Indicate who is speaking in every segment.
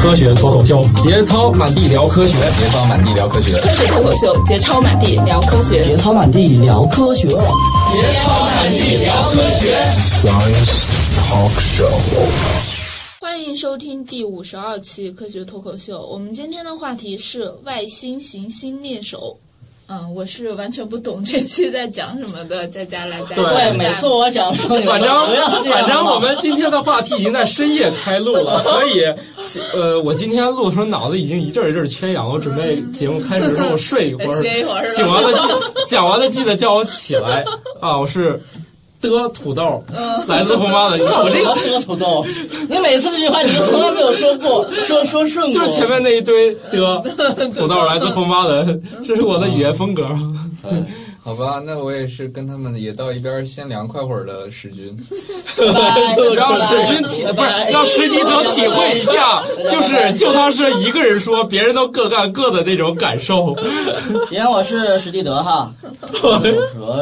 Speaker 1: 科学脱口秀，节操满地聊科学，
Speaker 2: 节操满地聊科学，
Speaker 3: 科学脱口秀，节操满地聊科 学，
Speaker 4: 节操满地聊科学，节
Speaker 5: 操满地聊科学。
Speaker 6: Science Talk Show。
Speaker 3: 欢迎收听第五十二期科学脱口秀。我们今天的话题是外星行星猎手。嗯，我是完全不懂这期在讲什么的，在家来家。
Speaker 1: 对，
Speaker 4: 每次我讲说，
Speaker 1: 反正反正我们今天的话题已经在深夜开录 了，所以呃，我今天录的时候脑子已经一阵一阵缺氧，我准备节目开始之后睡一会儿，
Speaker 3: 歇一会儿，
Speaker 1: 醒完了讲完了记得叫我起来啊！我是。的土豆，来自红妈的。你看嗯我这
Speaker 4: 个的土豆，你每次这句话你都从来没有说过，说说顺
Speaker 1: 过。就是前面那一堆的土 豆，来自红妈的，这是我的语言风格。
Speaker 2: 嗯，好吧，那我也是跟他们也到一边先凉快会儿的史军，
Speaker 1: 让史军体不是让史迪德体会一下，就是就他是一个人说，别人都各干各的那种感受。
Speaker 4: 因为我是史蒂德哈，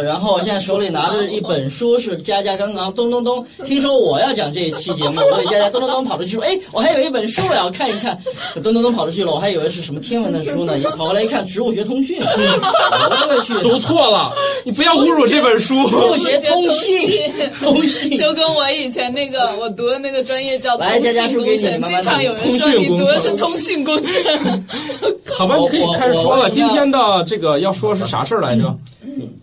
Speaker 4: 然后我现在手里拿着一本书。都是佳佳刚刚咚咚咚，听说我要讲这一期节目，所以佳佳咚咚咚跑出去说：“哎，我还有一本书我要看一看。”咚咚咚跑出去了，我还以为是什么天文的书 呢，跑过来一看《植物学通讯》，我去，
Speaker 1: 读错了！你不要侮辱这本书，《
Speaker 4: 植物学通讯》 通讯
Speaker 3: 就跟我以前那个我读的那个专业叫通信工程，经常有人说你读的是通信工程。
Speaker 1: 好吧，你可以开始说了。今天的这个要说是啥事儿来着？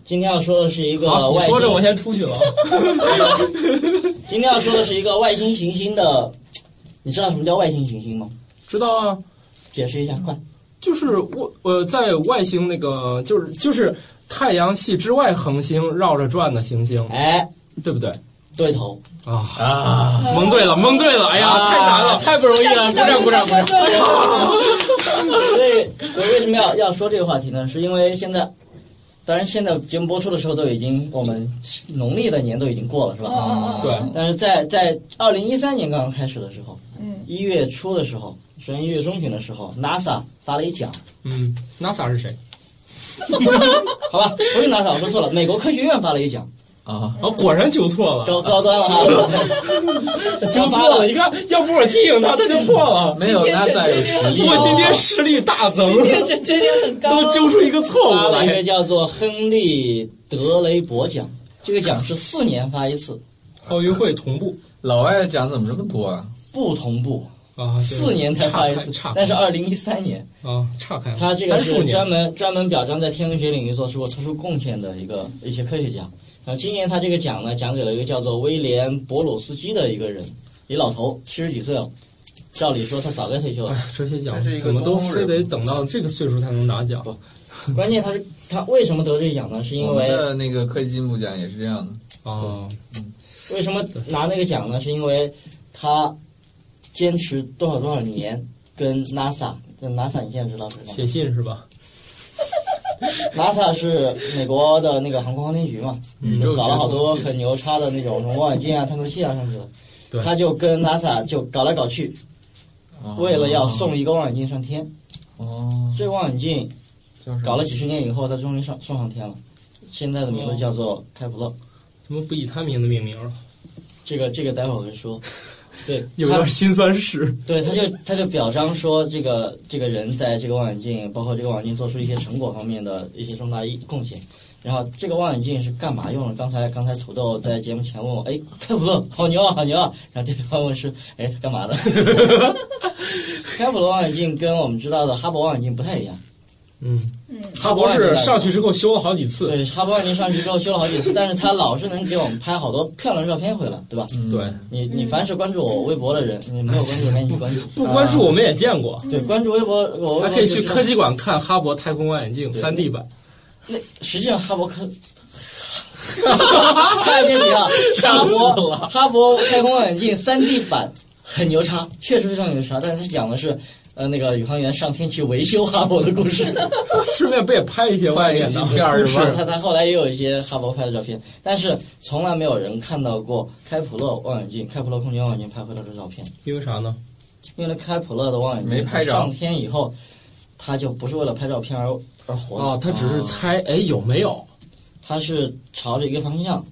Speaker 4: 今天要说的是一个
Speaker 1: 外星，你说着我先出去了。啊
Speaker 4: 今天要说的是一个外星行星的，你知道什么叫外星行星吗？
Speaker 1: 知道啊，
Speaker 4: 解释一下，快。
Speaker 1: 就是我呃，在外星那个就是就是太阳系之外恒星绕着转的行星，
Speaker 4: 哎，
Speaker 1: 对不对？
Speaker 4: 对头
Speaker 1: 啊啊！蒙对了，蒙对了！哎
Speaker 2: 啊
Speaker 1: 呀，太难了，啊太不容易了！鼓掌，鼓掌，鼓掌！
Speaker 4: 所以，我为什么要要说这个话题呢？是因为现在。当然，现在节目播出的时候都已经，我们农历的年都已经过了，是吧？
Speaker 1: 啊、嗯，对。
Speaker 4: 但是在在二零一三年刚刚开始的时候，一、嗯、月初的时候，十一月中旬的时候，NASA 发了一奖。
Speaker 1: 嗯，NASA 是谁？
Speaker 4: 好吧，不是 NASA，我说错了，美国科学院发了一奖。
Speaker 1: 啊！我果然纠错了，
Speaker 4: 高高端了哈，
Speaker 1: 纠错了。你看，要不我提醒他，他就错
Speaker 4: 嗯
Speaker 1: 了。
Speaker 2: 没有，他在实力。
Speaker 1: 我今天实力大增，
Speaker 3: 今天这真的很高，啊
Speaker 1: 都揪出一个错误来。
Speaker 4: 一个叫做亨利·德雷伯奖，这个奖是四年发一次，
Speaker 1: 奥运会同步。
Speaker 2: 老外的奖怎么这么多啊？
Speaker 4: 不同步
Speaker 1: 啊，
Speaker 4: 四年才发一次，但是二零一三年
Speaker 1: 啊，岔开了。
Speaker 4: 他这个是专门专门表彰在天文学领域做出过突出贡献的一个一些科学家。然后今年他这个奖呢，奖给了一个叫做威廉·博鲁斯基的一个人，一老头，七十几岁了。照理说他早该退 休了。
Speaker 1: 这些哎奖怎么都非得等到这个岁数才能拿奖？
Speaker 4: 不，关键他是他为什么得这奖呢？是因为
Speaker 2: 那个科技进步奖也是这样的。
Speaker 1: 哦，
Speaker 4: 嗯，为什么拿那个奖呢？是因为他坚持多少多少年跟 NASA，跟 NASA 你现在知道是吗？
Speaker 1: 写信是吧？
Speaker 4: NASA 是美国的那个航空航天局嘛，就嗯搞了好多很牛叉的那种什么望远镜啊、探测器啊什么的。他就跟 NASA 就搞来搞去，为了要送一个望远镜上天。
Speaker 2: 哦。
Speaker 4: 这望远镜搞了几十年以后，它终于上送上天了。现在的名字叫做开普勒。
Speaker 1: 怎么不以他名字命名了？
Speaker 4: 这个这个待会儿会说。对，
Speaker 1: 有点心酸史。
Speaker 4: 对，他就他就表彰说，这个这个人在这个望远镜，包括这个望远镜做出一些成果方面的一些重大贡献。然后这个望远镜是干嘛用的？刚才刚才土豆在节目前问我，哎，开普勒好牛啊，好牛啊！然后对方问是，哎，他干嘛的？ 开普勒望远镜跟我们知道的哈勃望远镜不太一样。
Speaker 1: 嗯，哈勃是上去之后修了好几次。
Speaker 4: 对，哈勃望远镜上去之后修了好几次，但是它老是能给我们拍好多漂亮照片回来，对吧？
Speaker 1: 嗯、对，
Speaker 4: 你你凡是关注我微博的人，你没有关注没你关注，
Speaker 1: 不关
Speaker 4: 啊
Speaker 1: 注我们也见过。
Speaker 4: 对，关注微博，我
Speaker 1: 还可以去科技馆看哈勃太空望远镜三 D 版。
Speaker 4: 那实际上哈勃科。 看见你 了，哈勃啊哈勃太空望远镜三 D 版很牛叉，确实非常牛叉，但是它讲的是。呃，那个宇航员上天去维修哈勃的故 事，
Speaker 1: 顺便不也拍一些外面的
Speaker 2: 片 是吧？
Speaker 4: 他他后来也有一些哈勃拍的照片，但是从来没有人看到过开普勒望远镜、开普勒空间望远镜拍回来的照片。
Speaker 1: 因为啥呢？
Speaker 4: 因为开普勒的望远镜
Speaker 2: 没拍着，
Speaker 4: 上天以后，他就不是为了拍照片而而活的。
Speaker 1: 哦，他只是猜，
Speaker 4: 啊
Speaker 1: 哎，有没有？
Speaker 4: 他是朝着一个方向，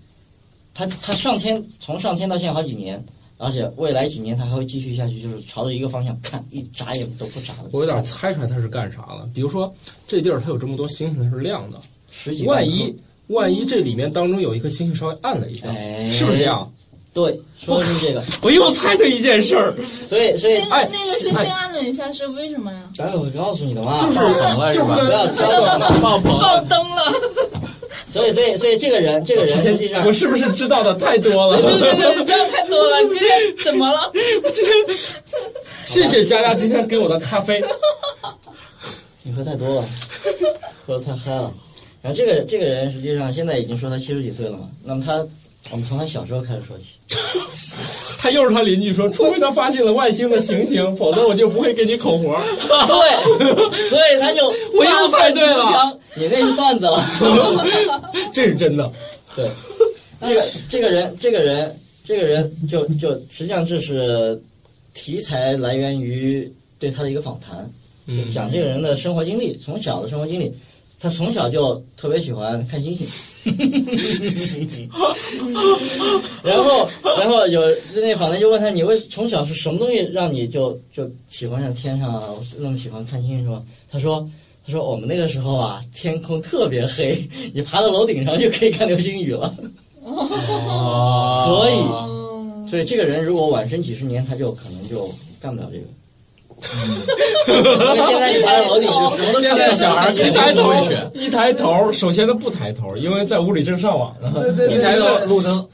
Speaker 4: 他他上天从上天到现在好几年。而且未来几年它还会继续下去，就是朝着一个方向看，一眨眼都不眨的。
Speaker 1: 我有点猜出来它是干啥了。比如说，这地儿它有这么多星星，它是亮的。
Speaker 4: 十几
Speaker 1: 万
Speaker 4: 颗
Speaker 1: 一万一这里面当中有一颗星星稍微暗了一下，
Speaker 4: 哎
Speaker 1: 是不是这样？
Speaker 4: 对，说的是这个，
Speaker 1: 我又猜对一件事儿，
Speaker 4: 所以所以
Speaker 3: 那
Speaker 1: 哎
Speaker 3: 个那个星星按了一下是为什么呀？
Speaker 4: 咱我告诉你的嘛，
Speaker 1: 就是
Speaker 2: 捧了是
Speaker 1: 就
Speaker 2: 吧
Speaker 4: 不要
Speaker 1: 是
Speaker 4: 不要 动
Speaker 2: 爆棚
Speaker 3: 爆灯了，
Speaker 4: 所以所以所以这个人这个人实际上
Speaker 1: 我是不是知道的太多
Speaker 3: 对
Speaker 1: 了？
Speaker 3: 对对，这样太多了。今天怎么了？
Speaker 1: 谢谢佳佳今天给我的咖啡。
Speaker 4: 你喝太多了，喝得太嗨了。然后这个这个人实际上现在已经说他七十几岁了嘛，那么他我们从他小时候开始说起，
Speaker 1: 他又是他邻居说，除非他发现了外星的行星，否则我就不会给你口活。
Speaker 4: 对，所以他就
Speaker 1: 我又猜对了
Speaker 4: 发愤图强，你那是 段子了。
Speaker 1: 这是真的。
Speaker 4: 对，这个这个人，这个人，这个人就就实际上这是题材来源于对他的一个访谈，
Speaker 2: 嗯
Speaker 4: 就讲这个人的生活经历，从小的生活经历。他从小就特别喜欢看星星， 然后，然后有那访谈就问他，你为从小是什么东西让你就就喜欢上天上啊，那么喜欢看星星是吧？他说，他说我们那个时候啊，天空特别黑，你爬到楼顶上就可以看流星雨了。
Speaker 1: 哦
Speaker 4: 所以
Speaker 3: 嗯，
Speaker 4: 所以这个人如果晚生几十年，他就可能就干不了这 个。因为现在你爬到楼顶就什么都
Speaker 2: 哦现在小孩
Speaker 1: 一
Speaker 2: 肯
Speaker 1: 抬
Speaker 2: 定不
Speaker 1: 头
Speaker 2: 会选，，
Speaker 1: 一抬头，首先他不抬头，因为在屋里正上网呢。
Speaker 2: 一抬头路灯，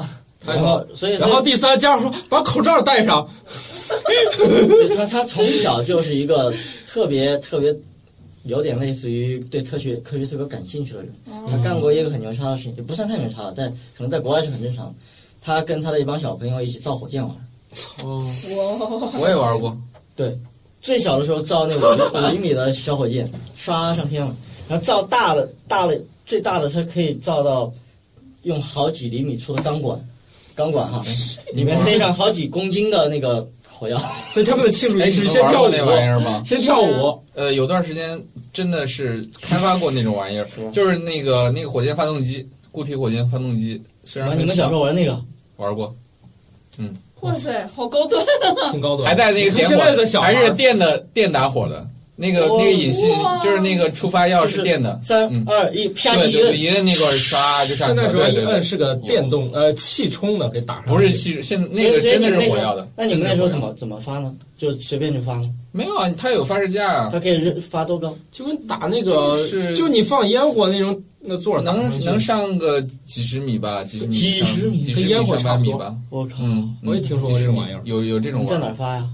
Speaker 1: 抬
Speaker 4: 然
Speaker 1: 头
Speaker 4: 后，，所以
Speaker 1: 然后第三，家长说把口罩戴上。
Speaker 4: 他他从小就是一个特别特别，有点类似于对科学科学特别感兴趣的人。他干过一个很牛叉的事情，也不算太牛叉了，但可能在国外是很正常的。他跟他的一帮小朋友一起造火箭玩。
Speaker 3: 哇，
Speaker 2: 哦我也玩过，
Speaker 4: 对，最小的时候造那五五厘米的小火箭，刷上天了。然后造大了，大了，最大的它可以造到用好几厘米粗的钢管，钢管哈，里面塞上好几公斤的那个火药。
Speaker 1: 所以他们的庆祝
Speaker 2: 哎，
Speaker 1: 仪
Speaker 2: 你
Speaker 1: 式
Speaker 2: 们
Speaker 1: 先
Speaker 2: 玩
Speaker 1: 跳
Speaker 2: 过那玩意
Speaker 1: 舞，
Speaker 2: 儿吗？
Speaker 1: 先跳 舞。
Speaker 2: 呃，有段时间真的是开发过那种玩意儿
Speaker 4: 是吧，
Speaker 2: 就是那个那个火箭发动机，固体火箭发动机，虽然
Speaker 4: 你
Speaker 2: 很
Speaker 4: 们小时
Speaker 2: 小
Speaker 4: 候玩那个？
Speaker 2: 玩过，
Speaker 3: 哇塞，好高端！
Speaker 1: 挺高端，
Speaker 2: 还带那个点
Speaker 1: 现在
Speaker 2: 火
Speaker 1: 的，小孩
Speaker 2: 还
Speaker 1: 儿
Speaker 2: 是电的电打火的，那个
Speaker 4: 哦
Speaker 2: 那个引信
Speaker 3: 哇
Speaker 2: 就是那个触发钥
Speaker 4: 就是
Speaker 2: 匙电的，
Speaker 4: 三
Speaker 2: 嗯
Speaker 4: 二一，啪叽
Speaker 2: 对
Speaker 4: 一
Speaker 2: 对
Speaker 4: 摁
Speaker 2: 对，，一摁那块儿唰就上
Speaker 1: 现
Speaker 2: 去
Speaker 1: 在
Speaker 2: 了，
Speaker 1: 主要
Speaker 2: 对
Speaker 1: 一
Speaker 2: 对
Speaker 1: 摁
Speaker 2: 对，
Speaker 1: 是个电动呃气冲的给打上去，
Speaker 2: 不是其实现那个
Speaker 4: 所以
Speaker 2: 真的
Speaker 4: 所以你们那
Speaker 2: 是
Speaker 4: 时候
Speaker 2: 火药的，
Speaker 4: 那你们那时候怎
Speaker 2: 么
Speaker 4: 么怎么发呢？就随便就发吗？
Speaker 2: 没有啊？它有发射架啊，
Speaker 4: 它可以扔发多高？
Speaker 1: 就跟打那个
Speaker 2: 就 是
Speaker 1: 就你放烟火那种那座儿打上
Speaker 2: 能
Speaker 1: 去
Speaker 2: 能上个几十米吧，几十米
Speaker 4: 几
Speaker 2: 上，
Speaker 4: 十米
Speaker 2: 几
Speaker 1: 跟
Speaker 2: 十
Speaker 1: 烟
Speaker 2: 米
Speaker 1: 火
Speaker 2: 上
Speaker 1: 差
Speaker 2: 八
Speaker 1: 不
Speaker 2: 米
Speaker 1: 多
Speaker 2: 吧，
Speaker 4: 我靠！
Speaker 2: 嗯，
Speaker 1: 我也听说过
Speaker 2: 几十
Speaker 1: 这种
Speaker 2: 米
Speaker 1: 玩意儿
Speaker 2: 有有这种
Speaker 4: 你在
Speaker 2: 玩
Speaker 4: 哪
Speaker 2: 儿，
Speaker 4: 儿发呀？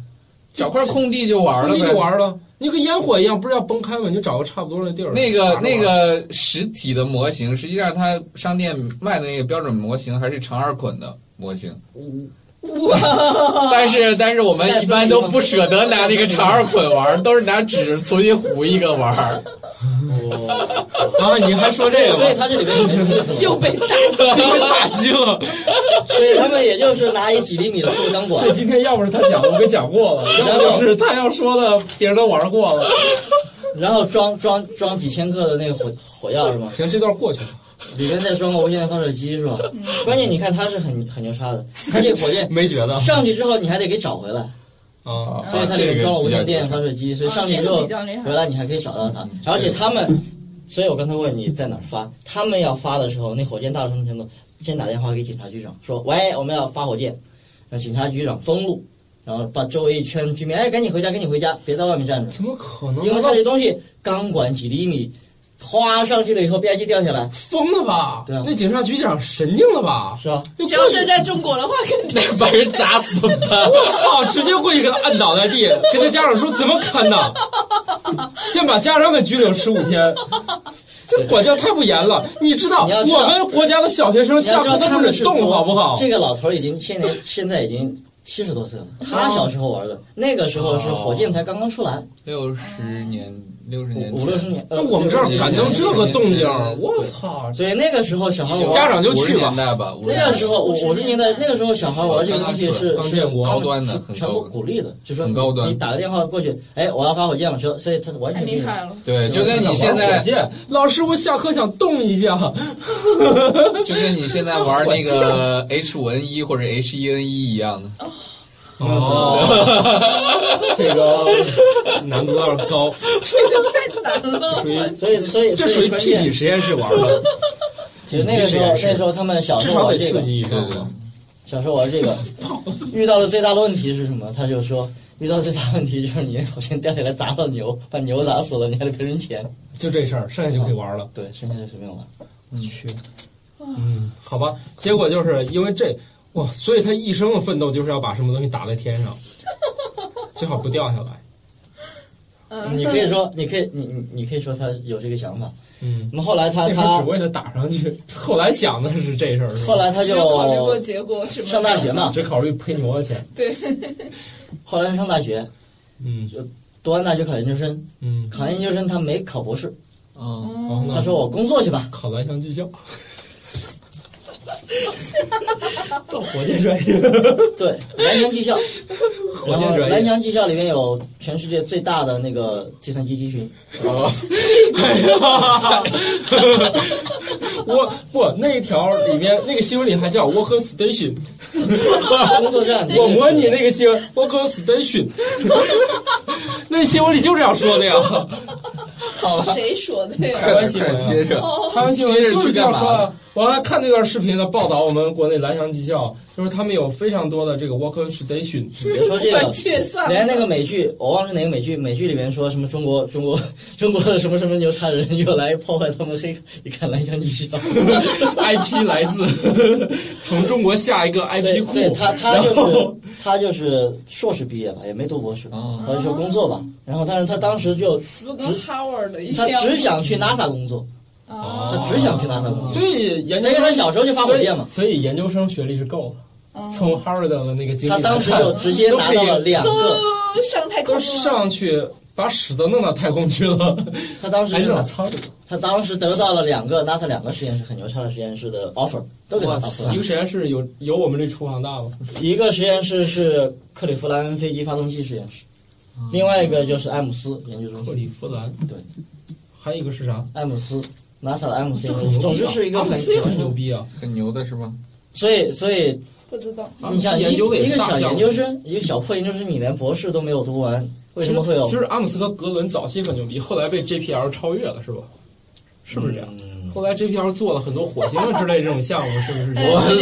Speaker 2: 找块空地就玩了
Speaker 1: 你
Speaker 2: 呗，
Speaker 1: 就玩了，你跟烟火一样，不是要崩开吗？你就找个差不多的地儿。
Speaker 2: 那个
Speaker 1: 打着玩
Speaker 2: 那，个实体的模型，实际上它商店卖的那个标准模型还是长二捆的模型，但是但是我们一般都不舍得拿那个长二捆玩儿，都是拿纸重新糊一个玩儿。嗯
Speaker 4: 哇！
Speaker 1: 然后啊你还说这个
Speaker 4: 所以
Speaker 1: 吗？
Speaker 4: 它这里面没什么意思吗
Speaker 3: 又被打，
Speaker 1: 被打击了。
Speaker 4: 所以他们也就是拿一几厘米的粗 钢管
Speaker 1: 所以，今天要不是他讲的我给讲过 了，要不就是他要说的别人都玩过了。
Speaker 4: 然后装装装几千克的那个火火药是吗？
Speaker 1: 行，这段过去了。
Speaker 4: 里面再装个无线电发射机是吧？关键你看它是很很牛叉的，它这个火 箭
Speaker 1: 没
Speaker 2: 啊
Speaker 1: 觉得
Speaker 4: 上去之后你还得给找回来，
Speaker 1: 啊？
Speaker 4: 所以它里面装了无线电
Speaker 2: 这
Speaker 4: 发
Speaker 2: 个
Speaker 4: 射机，所以上去
Speaker 3: 这
Speaker 4: 之
Speaker 3: 个
Speaker 4: 后
Speaker 3: 比较厉害
Speaker 4: 回。来你还可以找到
Speaker 1: 嗯
Speaker 4: 它。而且他们，所以我刚才问你在哪儿发，他们要发的时候，那火箭大到什么程度？先打电话给警察局长说：“喂，我们要发火箭。”让警察局长封路，然后把周围一圈居民，哎，赶紧回家，赶紧回家，别在外面站着。
Speaker 1: 怎么可能？
Speaker 4: 因为
Speaker 1: 难
Speaker 4: 它
Speaker 1: 道
Speaker 4: 这东西钢管几厘米，哗上去了以后吧唧掉下来，
Speaker 1: 疯了吧？
Speaker 4: 对啊
Speaker 1: 那警察局长神经了吧？
Speaker 4: 是吧？
Speaker 1: 就
Speaker 3: 只要
Speaker 1: 过去
Speaker 3: 是在中国的话，肯定
Speaker 1: 把人砸死怎么办？我操！直接过去给他按倒在 地，跟他家长说怎么看呢？先把家长给拘留十五天。这管教太不严了，你知道
Speaker 4: 你要知道
Speaker 1: 我们国家的小学生
Speaker 4: 你要
Speaker 1: 下
Speaker 4: 知道
Speaker 1: 课都
Speaker 4: 他
Speaker 1: 不
Speaker 4: 们
Speaker 1: 准
Speaker 4: 是
Speaker 1: 动，
Speaker 4: 多
Speaker 1: 好不好？
Speaker 4: 这个老头儿已 经现在现在已经七十多岁了，他
Speaker 1: 哦
Speaker 4: 小时候玩的，那个时候是火箭才刚刚出来，
Speaker 2: 六十年六十年
Speaker 4: 五五六十年。
Speaker 1: 那
Speaker 4: 呃
Speaker 1: 我们这儿
Speaker 4: 60
Speaker 1: 敢
Speaker 4: 年
Speaker 1: 弄这个动静儿，
Speaker 2: 对
Speaker 1: 我操！
Speaker 4: 所以那个时候小孩玩
Speaker 1: 家长就
Speaker 2: 五
Speaker 1: 去
Speaker 2: 十
Speaker 1: 吧
Speaker 2: 年代吧，五十
Speaker 4: 那个
Speaker 2: 年
Speaker 4: 时
Speaker 2: 代
Speaker 4: 候五五十年代那个时候小孩玩这个东西是
Speaker 1: 刚建国
Speaker 2: 高端的，很
Speaker 4: 全
Speaker 2: 高
Speaker 4: 国
Speaker 2: 端。
Speaker 4: 鼓励的，就说
Speaker 2: 很高端
Speaker 4: 你打个电话过去，哎，我要发火箭了，说所以他完
Speaker 3: 太
Speaker 4: 全
Speaker 3: 厉害了。
Speaker 2: 对，就跟你现
Speaker 1: 玩
Speaker 2: 在
Speaker 1: 火箭老师，我下课想动一下，
Speaker 2: 就跟你现在玩那个 H 五 N 一或者 H 一 N 一一样的，
Speaker 1: 哦， 这个难度有点高，这个太难了，
Speaker 4: 所以所以
Speaker 1: 这属于这
Speaker 4: 关
Speaker 1: 属于 P
Speaker 4: 键
Speaker 1: 几实验室玩的，
Speaker 4: 其实那个时候，那时候他们小
Speaker 1: 至
Speaker 4: 时候
Speaker 1: 少得
Speaker 4: 玩这
Speaker 1: 刺
Speaker 4: 个，
Speaker 1: 激一个嗯
Speaker 2: 对
Speaker 1: 我。
Speaker 4: 小时候玩这 个，遇到了最大的问题是什么？他就说，遇到最大的问题就是你好像掉下来砸到牛，把牛砸死了，你还得赔人钱。
Speaker 1: 就这事儿，剩下就可以玩了。
Speaker 4: 对，剩下就随便玩。
Speaker 1: 去，嗯，好吧。结果就是因为这，哇，所以他一生的奋斗就是要把什么东西打在天上，最好不掉下来。
Speaker 3: 嗯，
Speaker 4: 你可以说，你可以，你你你可以说他有这个想法。
Speaker 1: 嗯，
Speaker 4: 那么后来他
Speaker 1: 那时候
Speaker 4: 他
Speaker 1: 只为了打上去，后来想的是这事儿，是吧
Speaker 4: 后来他
Speaker 3: 没有考虑过
Speaker 4: 就
Speaker 3: 结果什么的
Speaker 4: 上大学嘛，
Speaker 1: 只考虑配牛的钱。
Speaker 3: 对，
Speaker 4: 后来上大学，
Speaker 1: 嗯
Speaker 4: 读完大学考研究生，
Speaker 1: 嗯，
Speaker 4: 考研究生他没考博士，
Speaker 2: 嗯，
Speaker 1: 然后呢
Speaker 4: 他说我工作去吧。
Speaker 1: 考蓝翔技校，
Speaker 4: 做火箭专业。对，蓝翔技校。
Speaker 1: 火
Speaker 4: 然后
Speaker 1: 箭专
Speaker 4: 蓝
Speaker 1: 业。
Speaker 4: 翔技校里面有全世界最大的那个计算机集群。
Speaker 2: 哦，
Speaker 1: 我不那一条里面那个新闻里还叫 work station，
Speaker 4: 工作站。
Speaker 1: 我模拟那个新闻 work station，那新闻里就这样说的 呀。
Speaker 2: 好了，
Speaker 3: 谁说的呀？
Speaker 1: 台
Speaker 2: 快
Speaker 1: 湾
Speaker 2: 点
Speaker 1: 新闻
Speaker 2: 快
Speaker 1: 啊
Speaker 2: 点接着。
Speaker 1: 台湾新闻就是这样说的。我还看那段视频的报道，我们国内蓝翔技校，就是他们有非常多的这个 workstation，
Speaker 4: 别说这
Speaker 3: 我
Speaker 4: 个。
Speaker 3: 去算
Speaker 4: 连那个美剧，我忘了是哪个美剧，美剧里面说什么中国中国 中国的什么什么牛叉人又来破坏他们黑， 你看蓝翔技校，
Speaker 1: IP 来自 从中国下一个
Speaker 4: 对
Speaker 1: IP 库
Speaker 4: 对，，他他
Speaker 1: 哎然
Speaker 4: 就
Speaker 1: 后
Speaker 4: 是他就是硕士毕业吧，也没读博士，
Speaker 2: 嗯，
Speaker 4: 他就说工作吧，然后但是他当时就
Speaker 3: 不跟 Howard 一
Speaker 4: 他
Speaker 3: 样，
Speaker 4: 只想去 NASA 工作，
Speaker 3: 啊，
Speaker 4: 他只想去 NASA 工作，
Speaker 1: 所以研究
Speaker 4: 因为他小时候就发火
Speaker 1: 所以
Speaker 4: 箭嘛，
Speaker 1: 所以研究生学历是够的。
Speaker 3: 嗯，
Speaker 1: 从 Harvard 的那个经历
Speaker 4: 他
Speaker 1: 来看，
Speaker 4: 当时就直接拿到了两个，
Speaker 3: 都上太
Speaker 1: 都
Speaker 3: 空了，
Speaker 1: 上去把屎都弄到太空去了，
Speaker 4: 他当时
Speaker 1: 还
Speaker 4: 就
Speaker 1: 弄到
Speaker 4: 拿
Speaker 1: 舱里。
Speaker 4: 他当时得到了两个 NASA 两个实验室很牛叉的实验室的 offer，都给他
Speaker 2: 哇
Speaker 4: offer
Speaker 2: 塞
Speaker 4: 了
Speaker 1: 一个实验室有有我们这厨房大吗？
Speaker 4: 一个实验室是克利夫兰飞机发动机实验室，另外一个就是艾姆斯研究中
Speaker 1: 克
Speaker 4: 心。
Speaker 1: 利夫兰，
Speaker 4: 对，
Speaker 1: 还有一个是啥？
Speaker 4: 艾姆斯，NASA 的艾姆斯
Speaker 1: 这
Speaker 4: 研
Speaker 1: 很
Speaker 4: 究
Speaker 1: 牛逼啊
Speaker 4: 中心，总之是一个很
Speaker 1: 阿姆斯也很牛逼啊！
Speaker 2: 很牛的是吧？
Speaker 4: 所以，所以
Speaker 3: 不知道，
Speaker 1: 阿姆
Speaker 4: 你
Speaker 1: 斯
Speaker 4: 想，
Speaker 1: 啊研究的也
Speaker 4: 一
Speaker 1: 是
Speaker 4: 个
Speaker 1: 大项
Speaker 4: 小研
Speaker 1: 目
Speaker 4: 究生，一个小破研究生，你连博士都没有读完，为什么会有
Speaker 1: 其实？其实阿姆斯和格伦早期很牛逼，后来被 JPL 超越了，是吧？是不是这样？后来 JPL 做了很多火星啊之类这种项目，是不是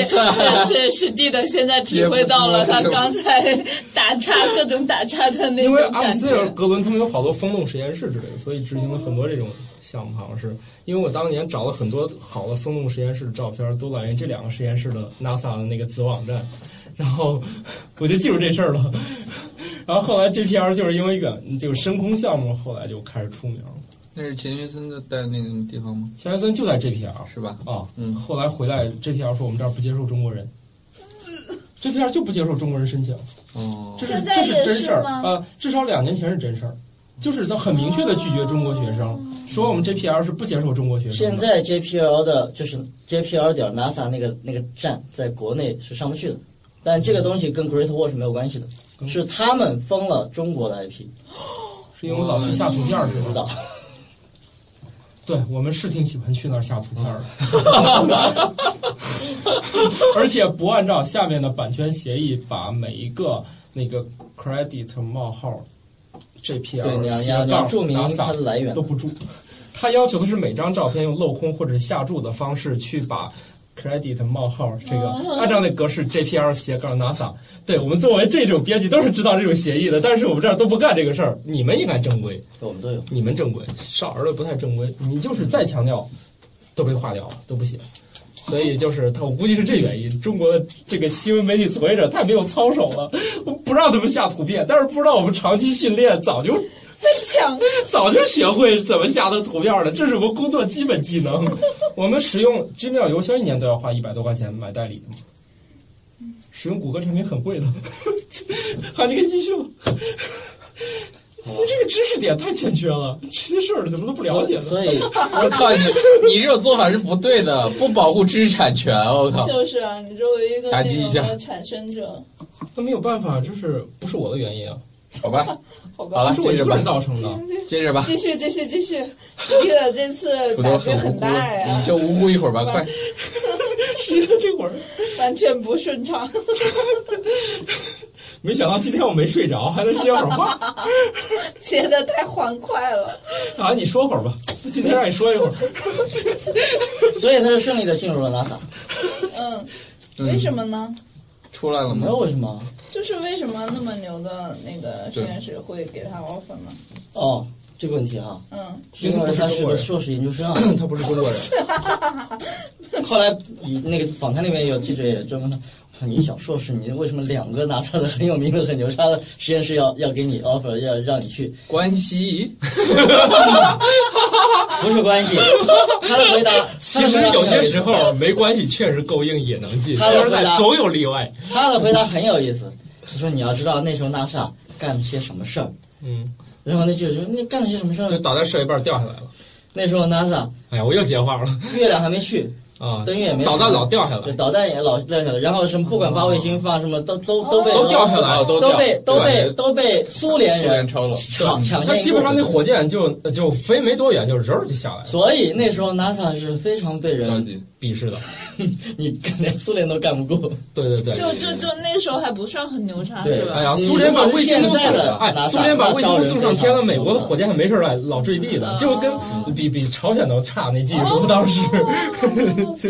Speaker 1: 这
Speaker 3: 但
Speaker 1: 样？
Speaker 3: 是是是是地的，现在体会到了他刚才打岔各种打岔的那
Speaker 1: 因为
Speaker 3: 种
Speaker 1: 阿姆
Speaker 3: 感
Speaker 1: 斯特
Speaker 3: 觉。
Speaker 1: 格伦他们有好多风洞实验室之类的，所以执行了很多这种项目，好像是。因为我当年找了很多好的风洞实验室的照片，都来源这两个实验室的 NASA 的那个子网站，然后 我就记住这事儿了。然后后来 GPR 就是因为远就是深空项目，后来就开始出名了。
Speaker 2: 那是钱学森的在那个地方吗？
Speaker 1: 钱学森就在 GPR
Speaker 2: 是吧？
Speaker 1: 啊，
Speaker 2: 嗯
Speaker 1: 后来回来 GPL 说我们这儿不接受中国人，GPL 就不接受中国人申请，
Speaker 2: 哦
Speaker 1: 这是
Speaker 3: 现
Speaker 1: 这
Speaker 3: 在
Speaker 1: 是
Speaker 3: 也
Speaker 1: 真
Speaker 3: 是
Speaker 1: 事儿啊、
Speaker 3: 吗
Speaker 1: 呃至少两年前是真事儿，就是他很明确的拒绝中国学生，说我们 GPL 是不接受中国学生
Speaker 4: 现
Speaker 1: 的。
Speaker 4: 在 JPL 的就是 JPL 点 NASA 那个那个站在国内是上不去的，但这个东西跟 Great Wall 是没有关系的，是他们封了中国的 IP，
Speaker 1: 是因为我老去下图片儿是
Speaker 4: 不知
Speaker 1: 吗？
Speaker 4: 道。
Speaker 1: 对，我们是挺喜欢去那儿下图片儿的，而且不按照下面的版权协议把每一个那个 credit 冒号 GPL
Speaker 4: 对，你要你要
Speaker 1: 斜
Speaker 4: 你要
Speaker 1: 杠
Speaker 4: 注明
Speaker 1: 打
Speaker 4: 它
Speaker 1: 散
Speaker 4: 的来源
Speaker 1: 都。不住。他要求的是每张照片用镂空或者下注的方式去把 credit 冒号这个按照那格式 JPL 斜杠 NASA。对我们作为这种编辑都是知道这种协议的，但是我们这儿都不干这个事儿。你们应该正规，
Speaker 4: 我们都有。
Speaker 1: 你们正规，少儿的不太正规。你就是再强调，都被划掉了，都不写。所以就是他，我估计是这原因。中国的这个新闻媒体从业者太没有操守了，我不让他们下图片，但是不知道我们长期训练早就
Speaker 3: 抢
Speaker 1: 早就学会怎么下的图片了，这是我们工作基本技能。我们使用 Gmail 邮箱一年都要花一百多块钱买代理的嘛，使用谷歌产品很贵的。 好，你可以继续了。你这个知识点太欠缺了，这些事儿怎么都不了解呢？
Speaker 4: 所以
Speaker 2: 我靠你！你这种做法是不对的，不保护知识产权，我靠！
Speaker 3: 就是啊，你作为一个
Speaker 2: 打击一
Speaker 3: 内
Speaker 2: 下
Speaker 3: 容的产生者，
Speaker 1: 那没有办法，这是不是我的原因啊？
Speaker 2: 好吧，
Speaker 3: 好吧，
Speaker 2: 好了，
Speaker 1: 是我
Speaker 2: 接
Speaker 1: 一
Speaker 2: 着
Speaker 1: 个人
Speaker 2: 吧，
Speaker 1: 造成的。
Speaker 2: 接着吧。
Speaker 3: 继续继续继续，你的这次
Speaker 2: 土豆
Speaker 3: 打击
Speaker 2: 很无
Speaker 3: 很
Speaker 2: 辜，
Speaker 3: 大
Speaker 2: 你
Speaker 3: 呀，
Speaker 2: 就无辜一会 儿吧，快！
Speaker 1: 实际上这会儿
Speaker 3: 完全不顺畅。
Speaker 1: 没想到今天我没睡着，还能接会儿话。
Speaker 3: 写的太欢快了。
Speaker 1: 啊，你说会儿吧，今天让你说一会儿。
Speaker 4: 所以他就顺利的进入了 NASA。
Speaker 3: 嗯，为什么呢？
Speaker 2: 出来了
Speaker 1: 嗯
Speaker 4: 没
Speaker 2: 吗？
Speaker 4: 有为什么？
Speaker 3: 就是为什么那么牛的那个实验室会给他 offer 呢？
Speaker 4: 哦，这个问题哈，
Speaker 3: 嗯，
Speaker 4: 因为他是个硕士研究生啊。
Speaker 1: 他不是中国人，
Speaker 4: 后来以那个访谈里面有记者也专门问他。我说你小硕士，你为什么两个 NASA 的很有名的、很牛叉的实验室要要给你 offer，要让 你去？
Speaker 2: 关系
Speaker 4: 不是关系，他的 回答，
Speaker 1: 其实有些时候没关系，确实够硬也能进，
Speaker 4: 他的
Speaker 1: 但
Speaker 4: 回答
Speaker 1: 是总有例外。
Speaker 4: 他的回答很有意思。他说你要知道那时候 NASA 干了些什么事儿，
Speaker 1: 嗯，
Speaker 4: 然后那记者说那干了些什么事儿
Speaker 1: 就
Speaker 4: 呢？
Speaker 1: 导弹射一半掉下来了。
Speaker 4: 那时候 NASA
Speaker 1: 哎呀，我又接话了
Speaker 4: 月亮还没去，
Speaker 1: 啊！
Speaker 4: 登月也没
Speaker 1: 导弹老掉下
Speaker 4: 对
Speaker 1: 来，
Speaker 4: 导弹也老掉下来，然后什么不管发卫星放什么都都都被
Speaker 1: 哦都掉下来
Speaker 2: 啊，
Speaker 1: 了。
Speaker 2: 都
Speaker 4: 都
Speaker 2: 掉
Speaker 4: 被都被
Speaker 2: 对
Speaker 4: 都被苏联
Speaker 2: 苏联
Speaker 4: 人
Speaker 2: 抄了。
Speaker 4: 抢抢
Speaker 1: 它
Speaker 4: 先一步
Speaker 1: 基本上那火箭就就飞没多远，就人儿就下来了，
Speaker 4: 所以那时候 NASA 是非常被
Speaker 2: 着
Speaker 4: 人，
Speaker 2: 急，
Speaker 1: 鄙视的。
Speaker 4: 你连苏联都干不过。
Speaker 1: 对对对，
Speaker 3: 就就就那时候还不算很牛叉，
Speaker 4: 对
Speaker 3: 是
Speaker 1: 哎
Speaker 3: 吧？
Speaker 1: 呀，
Speaker 4: 你
Speaker 1: 苏联把卫星都
Speaker 4: 如
Speaker 1: 送
Speaker 4: 果是现在的
Speaker 1: 哎，
Speaker 4: NASA，
Speaker 1: 苏联把卫星都送上天
Speaker 4: 那招
Speaker 1: 了，
Speaker 4: 人
Speaker 1: 美国的
Speaker 4: 非常
Speaker 1: 火箭还没事儿来老坠地呢，
Speaker 3: 嗯
Speaker 1: 就跟比比朝鲜都差那技术，当时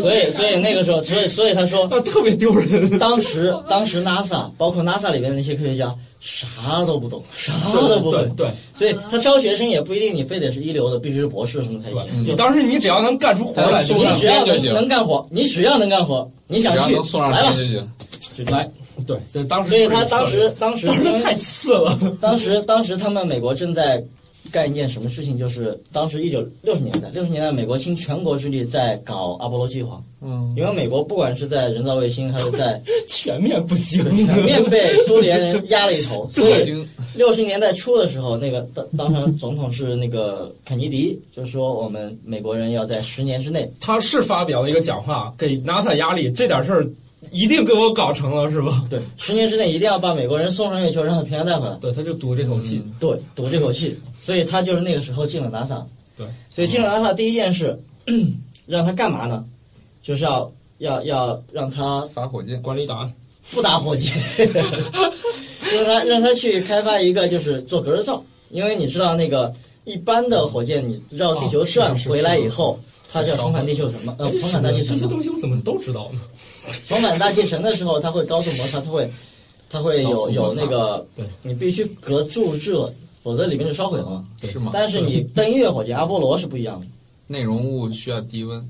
Speaker 4: 所以所以那个时候，所以所以他说，
Speaker 1: 啊特别丢人。
Speaker 4: 当时当时 NASA 包括 NASA 里面的那些科学家啥都不懂，啥都不
Speaker 1: 对
Speaker 4: 会，
Speaker 1: 对，
Speaker 4: 所以他招学生也不一定你非得是一流的，必须是博士什么才行。
Speaker 1: 你当时你只要能干出活来就
Speaker 2: 送
Speaker 4: 你
Speaker 2: 上
Speaker 4: 只
Speaker 2: 天
Speaker 4: 要
Speaker 2: 就行
Speaker 4: 能能干活，你只要能干活，你
Speaker 2: 只
Speaker 4: 想
Speaker 2: 要
Speaker 4: 去
Speaker 2: 能送上
Speaker 4: 来
Speaker 2: 天
Speaker 4: 吧，
Speaker 2: 就行。
Speaker 4: 就来。
Speaker 1: 对，对当时
Speaker 4: 所以他当时当时
Speaker 1: 当时太次了，
Speaker 4: 当时当时他们美国正在干一件什么事情，就是当时一九六十年代，六十年代美国倾全国之力在搞阿波罗计划，
Speaker 2: 嗯，
Speaker 4: 因为美国不管是在人造卫星还是在
Speaker 1: 全面不行，
Speaker 4: 全面被苏联人压了一头，所
Speaker 2: 已
Speaker 4: 以
Speaker 2: 经
Speaker 4: 六十年代初的时候，那个当当时总统是那个肯尼迪，就说我们美国人要在十年之内，
Speaker 1: 他是发表了一个讲话，给 NASA 压力，这点事儿一定给我搞成了，是吧？
Speaker 4: 对，十年之内一定要把美国人送上月球，然后平安带回来。
Speaker 1: 对，他就赌这口气，
Speaker 4: 对，赌这口气，所以他就是那个时候进了 NASA。
Speaker 1: 对，
Speaker 4: 所以进了 NASA 第一件事，让他干嘛呢？就是要要要让他
Speaker 2: 发火箭，
Speaker 1: 管理档案，
Speaker 4: 不打火机， 让他让他去开发一个就是做隔热罩，因为你知道那个一般的火箭你绕地球转
Speaker 1: 哦是是
Speaker 4: 回来以后。它叫
Speaker 1: 烧毁
Speaker 4: 重返地球什么？呃，
Speaker 1: 哎
Speaker 4: 重返大气
Speaker 1: 这
Speaker 4: 层
Speaker 1: 些
Speaker 4: 嘛。
Speaker 1: 东西我怎么都知道呢？
Speaker 4: 重返大气层的时候，它会高速摩擦，它会，它会
Speaker 2: 高速
Speaker 4: 有有
Speaker 2: 摩擦
Speaker 4: 那个
Speaker 1: 对，
Speaker 4: 你必须隔住热，否则里面就烧毁了嘛。
Speaker 2: 是吗？
Speaker 4: 但是你登月火箭阿波罗是不一样的，
Speaker 2: 内容物需要低温，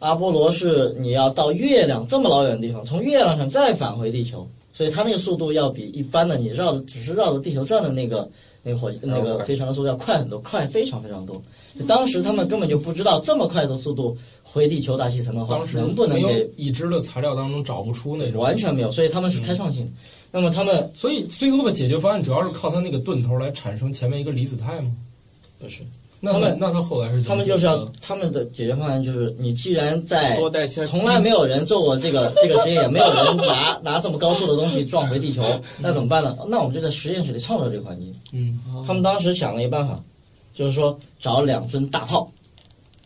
Speaker 4: 阿波罗是你要到月亮这么老远的地方，从月亮上再返回地球，所以它那个速度要比一般的你绕着只是绕着地球转的那个那个火那
Speaker 2: 要
Speaker 4: 个
Speaker 2: 快
Speaker 4: 飞船的速度要快很多，快非常非常多。就当时他们根本就不知道这么快的速度回地球大气层的话
Speaker 1: 当，时
Speaker 4: 哦能不能
Speaker 1: 没
Speaker 4: 给
Speaker 1: 有已知的材料当中找不出那种
Speaker 4: 完全没有，所以他们是开创性的。那么他们
Speaker 1: 所以最后的解决方案主要是靠它那个钝头来产生前面一个离子态吗？
Speaker 4: 不是，
Speaker 1: 那
Speaker 4: 他们
Speaker 1: 那它后来是怎
Speaker 4: 他
Speaker 1: 么
Speaker 4: 们就是
Speaker 1: 解
Speaker 4: 要
Speaker 1: 决的
Speaker 4: 他们的解决方案就是，你既然在
Speaker 2: 多带些
Speaker 4: 从来没有人做过这个这个实验，也没有人拿拿这么高速的东西撞回地球，那怎么办呢？那我们就在实验室里创造这个环境。
Speaker 1: 嗯，
Speaker 2: 哦
Speaker 4: 他们当时想了一个办法，就是说找两尊大炮，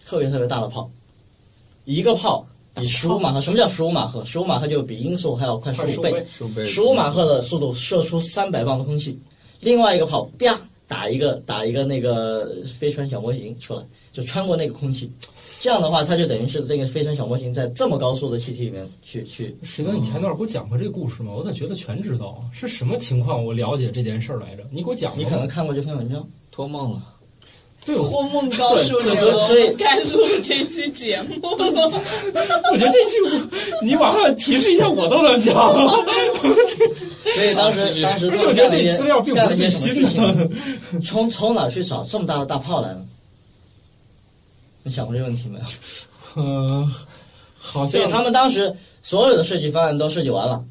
Speaker 4: 特别特别大的炮，一个炮比十五马赫，什么叫十五马赫？十五马赫就比音速还要快
Speaker 1: 快
Speaker 4: 十
Speaker 1: 收
Speaker 4: 五
Speaker 1: 倍
Speaker 4: 倍，
Speaker 2: 收杯
Speaker 4: 十五马赫的速度射出三百磅的空气，另外一个炮啪打一个打一个那个飞船小模型出来，就穿过那个空气。这样的话，它就等于是这个飞船小模型在这么高速的气体里面去去。
Speaker 1: 谁道你前
Speaker 4: 嗯
Speaker 1: 段给我讲过这个故事吗？我咋觉得全知道啊？是什么情况我了解这件事儿来着？你给我讲过
Speaker 4: 你
Speaker 1: 吗
Speaker 4: 可能看过这篇文章，
Speaker 2: 托梦了，
Speaker 1: 对我，
Speaker 3: 托梦告诉
Speaker 4: 对
Speaker 3: 你
Speaker 4: 所以
Speaker 3: 我
Speaker 4: 所以
Speaker 3: 不该录这期节目。
Speaker 1: 我觉得这期我你往上提示一下，我都能 讲。
Speaker 4: 所以当时当时
Speaker 1: 不
Speaker 4: 他
Speaker 1: 是我
Speaker 4: 们
Speaker 1: 觉得
Speaker 4: 干了
Speaker 1: 这
Speaker 4: 一些
Speaker 1: 资料并
Speaker 4: 干
Speaker 1: 不
Speaker 4: 了
Speaker 1: 是
Speaker 4: 一些
Speaker 1: 最
Speaker 4: 什
Speaker 1: 新
Speaker 4: 么事情呢？
Speaker 1: 的。
Speaker 4: 从从哪儿去找这么大的大炮来呢？你想过这个问题 没有？
Speaker 1: 嗯，好
Speaker 4: 所以
Speaker 1: 像
Speaker 4: 他们当时所有的设计方案都设计完了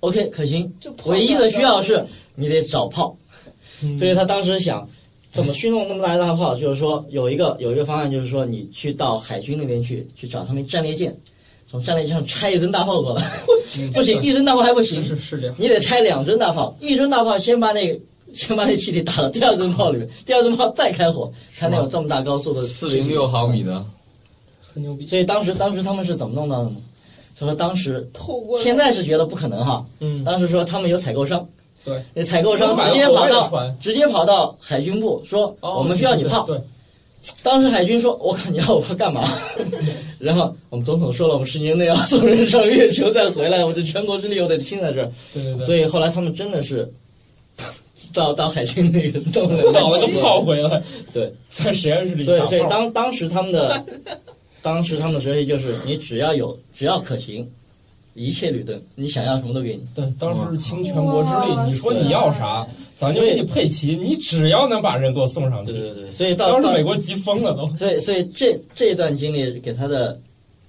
Speaker 4: ，OK 可行
Speaker 3: 就，跑
Speaker 4: 唯一
Speaker 3: 不
Speaker 4: 的
Speaker 3: 了
Speaker 4: 需要是你得找炮。
Speaker 1: 嗯
Speaker 4: 嗯所以他当时想，怎么去弄那么大的大炮？就是说有一个有一个方案，就是说你去到海军那边去去找他们战列舰，从战列舰上拆一尊大炮过来，不行，一尊大炮还不行，
Speaker 1: 嗯是是这样。
Speaker 4: 你得拆两尊大炮，一尊大炮先把那先把那气体打到第二尊炮里面，第二尊炮再开火，才能有这么大高速的
Speaker 2: 四零六毫米的，
Speaker 1: 很牛逼。
Speaker 4: 所以当时当时他们是怎么弄到的呢？所以说当时
Speaker 3: 透过了
Speaker 4: 现在是觉得不可能哈，
Speaker 1: 嗯，
Speaker 4: 当时说他们有采购商，
Speaker 1: 对，
Speaker 4: 那采购商
Speaker 1: 买
Speaker 4: 直
Speaker 1: 了
Speaker 4: 接
Speaker 1: 国
Speaker 4: 跑
Speaker 1: 外的
Speaker 4: 到
Speaker 1: 船，
Speaker 4: 直接跑到海军部说
Speaker 1: 哦
Speaker 4: 我们需要你炮，
Speaker 1: 对，对
Speaker 4: 当时海军说：“我靠，你要我炮干嘛？” 然后我们总统说了，我们十年内要送人上月球再回来，我这全国之力我得拼在这儿。
Speaker 1: 对对对，
Speaker 4: 所以后来他们真的是到到海军那个动了
Speaker 1: 搞了个 炮回来，
Speaker 4: 对，
Speaker 1: 在实验室里
Speaker 4: 所
Speaker 1: 打
Speaker 4: 以所以
Speaker 1: 炮，
Speaker 4: 当当时他们的当时他们的设计就是，你只要有只要可行，一切绿灯，你想要什么都给你。
Speaker 1: 对，当时是倾全国之力，你说你要啥，咱就
Speaker 4: 对
Speaker 1: 给你配齐，你只要能把人给我送上
Speaker 4: 对
Speaker 1: 去。
Speaker 4: 对对，所以到
Speaker 1: 当时
Speaker 4: 到
Speaker 1: 美国急疯了都，
Speaker 4: 所以，所以这这段经历给他的，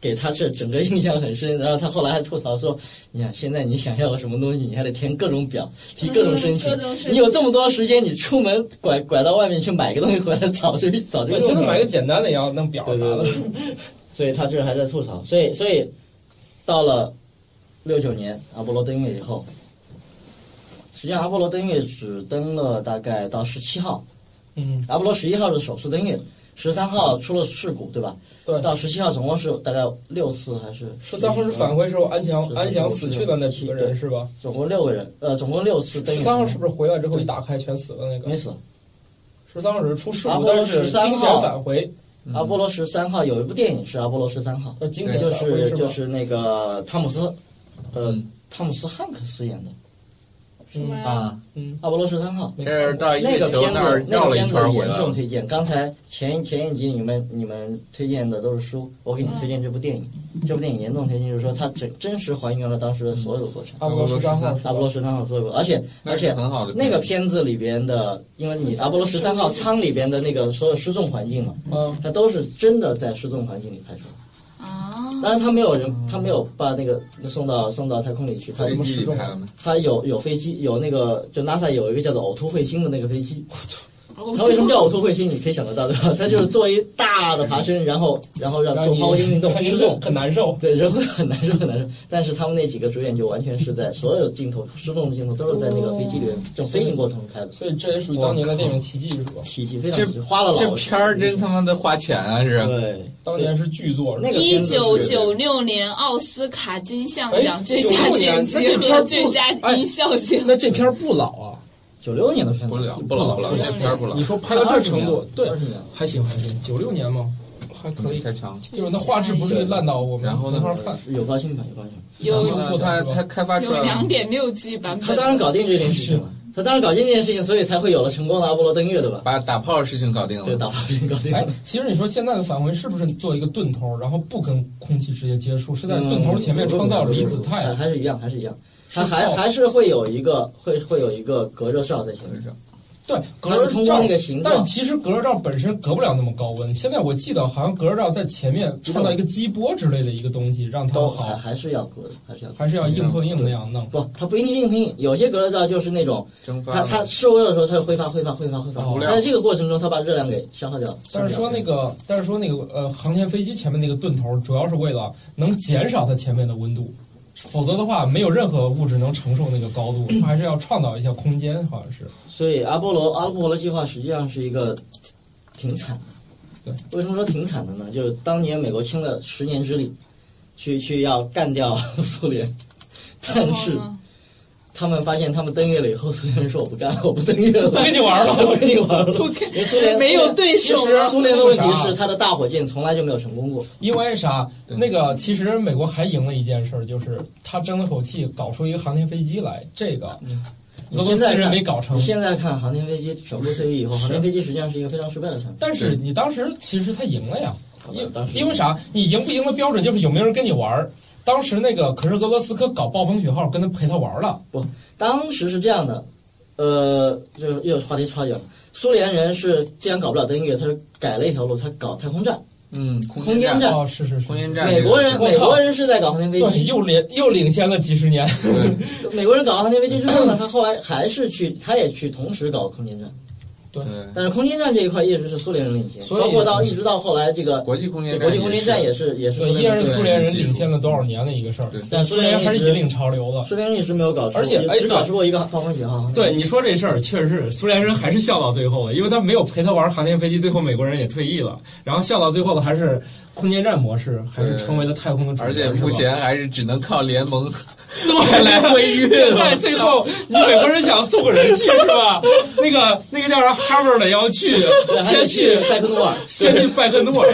Speaker 4: 给他这整个印象很深。然后他后来还吐槽说：“你想现在你想要个什么东西，你还得填各种表，提各种申请
Speaker 3: 各。种申
Speaker 4: 你有这么多时间，你出门拐拐到外面去买个东西回来，早就早就
Speaker 1: 对，
Speaker 4: 用
Speaker 1: 现在
Speaker 4: 上
Speaker 1: 买
Speaker 4: 了
Speaker 1: 个简单的也要弄表啥
Speaker 4: 对对
Speaker 1: 的
Speaker 4: 对。所以他这还在吐槽。所以，所以到了六九年阿波罗登月以后，实际上阿波罗登月只登了大概到十七号，
Speaker 1: 嗯，
Speaker 4: 阿波罗十一号是首次登月，十三号出了事故，对吧？
Speaker 1: 对，
Speaker 4: 到十七号总共是大概六次还是
Speaker 1: 十三号是返，回时候安详安详死去的那几个人是吧？
Speaker 4: 总共六个人，呃，总共六次登
Speaker 1: 十
Speaker 4: 月。
Speaker 1: 三号是不是回来之后一打开全死了那个
Speaker 4: 没？死？
Speaker 1: 十三号是出事
Speaker 4: 阿
Speaker 1: 故，
Speaker 4: 波罗
Speaker 1: 但是
Speaker 4: 13
Speaker 1: 惊险
Speaker 4: 号
Speaker 1: 返回，
Speaker 2: 嗯
Speaker 4: 阿波罗十三号有一部电影是阿波罗十三号，
Speaker 1: 呃，惊险
Speaker 4: 就
Speaker 1: 返回
Speaker 4: 是
Speaker 1: 吧？
Speaker 4: 就是那个汤姆斯，呃
Speaker 2: 嗯，
Speaker 4: 汤姆斯汉克斯演的
Speaker 3: 什么呀？
Speaker 4: 啊，
Speaker 1: 嗯，
Speaker 4: 阿波罗十三号。
Speaker 1: 没
Speaker 2: 这是
Speaker 1: 看过
Speaker 2: 到
Speaker 4: 那
Speaker 2: 月
Speaker 4: 个
Speaker 2: 球
Speaker 4: 片
Speaker 2: 那儿
Speaker 4: 子，那
Speaker 2: 绕
Speaker 4: 个
Speaker 2: 了
Speaker 4: 片
Speaker 2: 一
Speaker 4: 子
Speaker 2: 圈回
Speaker 4: 严
Speaker 2: 来
Speaker 4: 重
Speaker 2: 了。
Speaker 4: 推荐。刚才前前一集你们你们推荐的都是书，我给你推荐这部电影。这部电影严重推荐，就是说它真真实还原了当时的所有的过程。
Speaker 1: 阿波罗13号是吧
Speaker 4: 阿波罗十三号做过，而且而
Speaker 2: 那是
Speaker 4: 且
Speaker 2: 很好的
Speaker 4: 那个片子里边的，因为你阿波罗十三号舱里边的那个所有失重环境嘛，
Speaker 1: 嗯，
Speaker 4: 它都是真的在失重环境里拍出来。
Speaker 3: 啊，
Speaker 4: 当然，它没有人，它没有把那个送到送到太空里去，它
Speaker 2: 嗯飞机里拍了吗？
Speaker 4: 它有有飞机，有那个就 NASA 有一个叫做呕吐彗星的那个飞机。
Speaker 2: 哦
Speaker 4: 它为什么叫呕吐彗星？你可以想得到对吧？它就是做一大的爬
Speaker 2: 嗯
Speaker 4: 升，然后然后让
Speaker 1: 让
Speaker 4: 做
Speaker 1: 你
Speaker 4: 抛冰运动
Speaker 1: 让你
Speaker 4: 失重，
Speaker 1: 很难受。
Speaker 4: 对，人会 很难受很难受。但是他们那几个主演就完全是在所有镜头失重的镜头都是在那个飞机里面
Speaker 1: 哦
Speaker 4: 正飞行过程中拍的，
Speaker 1: 所以这也属于当年的电影奇迹，是吧？
Speaker 4: 体积非
Speaker 2: 这
Speaker 4: 常奇花了老
Speaker 2: 这
Speaker 4: 多
Speaker 2: 片儿真他妈的花钱啊！是，
Speaker 4: 对，
Speaker 1: 当年是巨作，是吧
Speaker 4: 那个
Speaker 3: 一
Speaker 4: 片子
Speaker 3: 九
Speaker 4: 是
Speaker 3: 九六年奥斯卡金像
Speaker 1: 哎
Speaker 3: 奖最佳
Speaker 1: 96
Speaker 3: 剪
Speaker 1: 年那
Speaker 3: 辑
Speaker 1: 这片
Speaker 3: 和
Speaker 1: 儿不
Speaker 3: 最佳音效奖。
Speaker 1: 哎那这片儿不老啊，
Speaker 4: 九六年的片子，
Speaker 2: 不了不老不老，这片儿不老
Speaker 1: 你，说拍到这程度，对，
Speaker 4: 20年
Speaker 1: 还行还行，九六年嘛，还可以，
Speaker 4: 嗯
Speaker 2: 太强了。
Speaker 1: 就是那画质不至于烂到我们
Speaker 2: 然后呢
Speaker 1: 没法看。
Speaker 4: 有高清版有高清版。
Speaker 2: 然
Speaker 3: 有
Speaker 2: 后呢，他他开发出
Speaker 3: 有
Speaker 2: 来
Speaker 3: 两
Speaker 2: 了，
Speaker 3: 点六 G 版
Speaker 4: 哎他
Speaker 3: 本，
Speaker 4: 当然搞定这件事情了，他当然搞定这件事情，所以才会有了成功的阿波罗登月，对吧？
Speaker 2: 把打炮的事情搞定
Speaker 4: 对，
Speaker 2: 了。
Speaker 4: 打发人搞定
Speaker 1: 嗯哎
Speaker 4: 了。，
Speaker 1: 其实你说现在的返回是不是做一个钝头，然后不跟空气直接接触，是在
Speaker 4: 嗯
Speaker 1: 钝头前面创造离子
Speaker 4: 还
Speaker 1: 态？
Speaker 4: 嗯还是一样，还是一样，它
Speaker 1: 是
Speaker 4: 还
Speaker 1: 靠
Speaker 4: 还是会有一个会会有一个隔热罩在前面。
Speaker 1: 对，
Speaker 4: 它
Speaker 1: 隔
Speaker 4: 是
Speaker 1: 热
Speaker 4: 通过
Speaker 1: 罩
Speaker 4: 那个形状
Speaker 1: 但其实隔热罩本身隔不了那么高温。现在我记得好像隔热罩在前面创造一个激波之类的一个东西，让它
Speaker 4: 都还
Speaker 1: 好，
Speaker 4: 还是要隔的，还是要隔。
Speaker 1: 还是要硬碰硬那样弄。
Speaker 4: 不，它不一定硬拼，有些隔热罩就是那种，
Speaker 2: 蒸发
Speaker 4: 它它受热的时候它就挥发挥发挥发挥发
Speaker 1: 哦，
Speaker 4: 在这个过程中它把热量给消耗掉了。
Speaker 1: 但是
Speaker 4: 消耗
Speaker 1: 说
Speaker 4: 掉
Speaker 1: 那
Speaker 4: 了
Speaker 1: 个，但是说那个呃，航天飞机前面那个盾头，主要是为了能减少它前面的温度，否则的话，没有任何物质能承受那个高度，它还是要创造一下空间，好像是。
Speaker 4: 所以阿波罗阿波罗计划实际上是一个挺惨的。对，为什么说挺惨的呢？就是当年美国倾了十年之力，去去要干掉 苏联，但
Speaker 3: 然后
Speaker 4: 是
Speaker 3: 呢
Speaker 4: 他们发现他们登月了以后，苏联人说我不干了，我不登月了，
Speaker 1: 不跟你玩了
Speaker 4: 我跟你玩了。因为苏联
Speaker 3: 没有对手
Speaker 4: 其实苏联的问题
Speaker 1: 为啥
Speaker 4: 是他的大火箭从来就没有成功过。
Speaker 1: 因为啥？
Speaker 2: 对
Speaker 1: 那个其实美国还赢了一件事儿，就是他争了口气，搞出一个航天飞机来。这个
Speaker 4: 嗯
Speaker 1: 俄罗斯人没搞成
Speaker 4: 你。现在看航天飞机全部退役以后，
Speaker 1: 是
Speaker 4: 航天飞机实际上是一个非常失败的产品。
Speaker 1: 但是
Speaker 2: 对
Speaker 1: 你当时其实他赢了呀，因
Speaker 4: 当时
Speaker 1: 因为啥？你赢不赢的标准就是有没有人跟你玩儿。当时那个可是俄罗斯科搞暴风雪号跟他陪他玩儿了，
Speaker 4: 当时是这样的，呃，就又话题超远了。苏联人是既然搞不了登月，他是改了一条路，他搞太空站。
Speaker 2: 嗯，空
Speaker 4: 空间
Speaker 2: 间
Speaker 4: 站
Speaker 1: 哦，是是是，
Speaker 2: 空间站，
Speaker 4: 美国人，
Speaker 1: 我
Speaker 4: 美
Speaker 1: 操
Speaker 4: 国人是在搞航天飞
Speaker 1: 对，
Speaker 4: 机，
Speaker 1: 又领又领先了几十年。
Speaker 2: 对，
Speaker 4: 美国人搞了航天飞机之后呢，他后来还是去，他也去同时搞空间站。
Speaker 1: 对
Speaker 2: 嗯
Speaker 4: 但是空间站这一块一直是苏联人领先，
Speaker 1: 所以
Speaker 4: 包括到一直到后来这个
Speaker 2: 国际空间
Speaker 4: 对
Speaker 2: 站，
Speaker 4: 国际空间站也是也是苏
Speaker 1: 对，依
Speaker 4: 联
Speaker 1: 然
Speaker 4: 人
Speaker 1: 是苏联人领先了多少年的一个事儿
Speaker 2: 对，
Speaker 1: 但苏联人还是引领潮流了。
Speaker 4: 苏联人一直没有搞出，
Speaker 1: 而且哎
Speaker 4: 只搞出过一个啊暴风雪号。
Speaker 1: 对你说这事儿，确实是苏联人还是笑到最后了，因为他没有陪他玩航天飞机，最后美国人也退役了，然后笑到最后的还是空间站模式，还是成为了太空的主角。
Speaker 2: 而且目
Speaker 1: 是吧
Speaker 2: 前还是只能靠联盟
Speaker 1: 对
Speaker 2: 来回运。
Speaker 1: 现在最后，你美国人想送个人去是吧？那个那个叫啥哈佛的要去，
Speaker 4: 还
Speaker 1: 先
Speaker 4: 得
Speaker 1: 去
Speaker 4: 拜克努 尔
Speaker 1: 先去拜克努尔。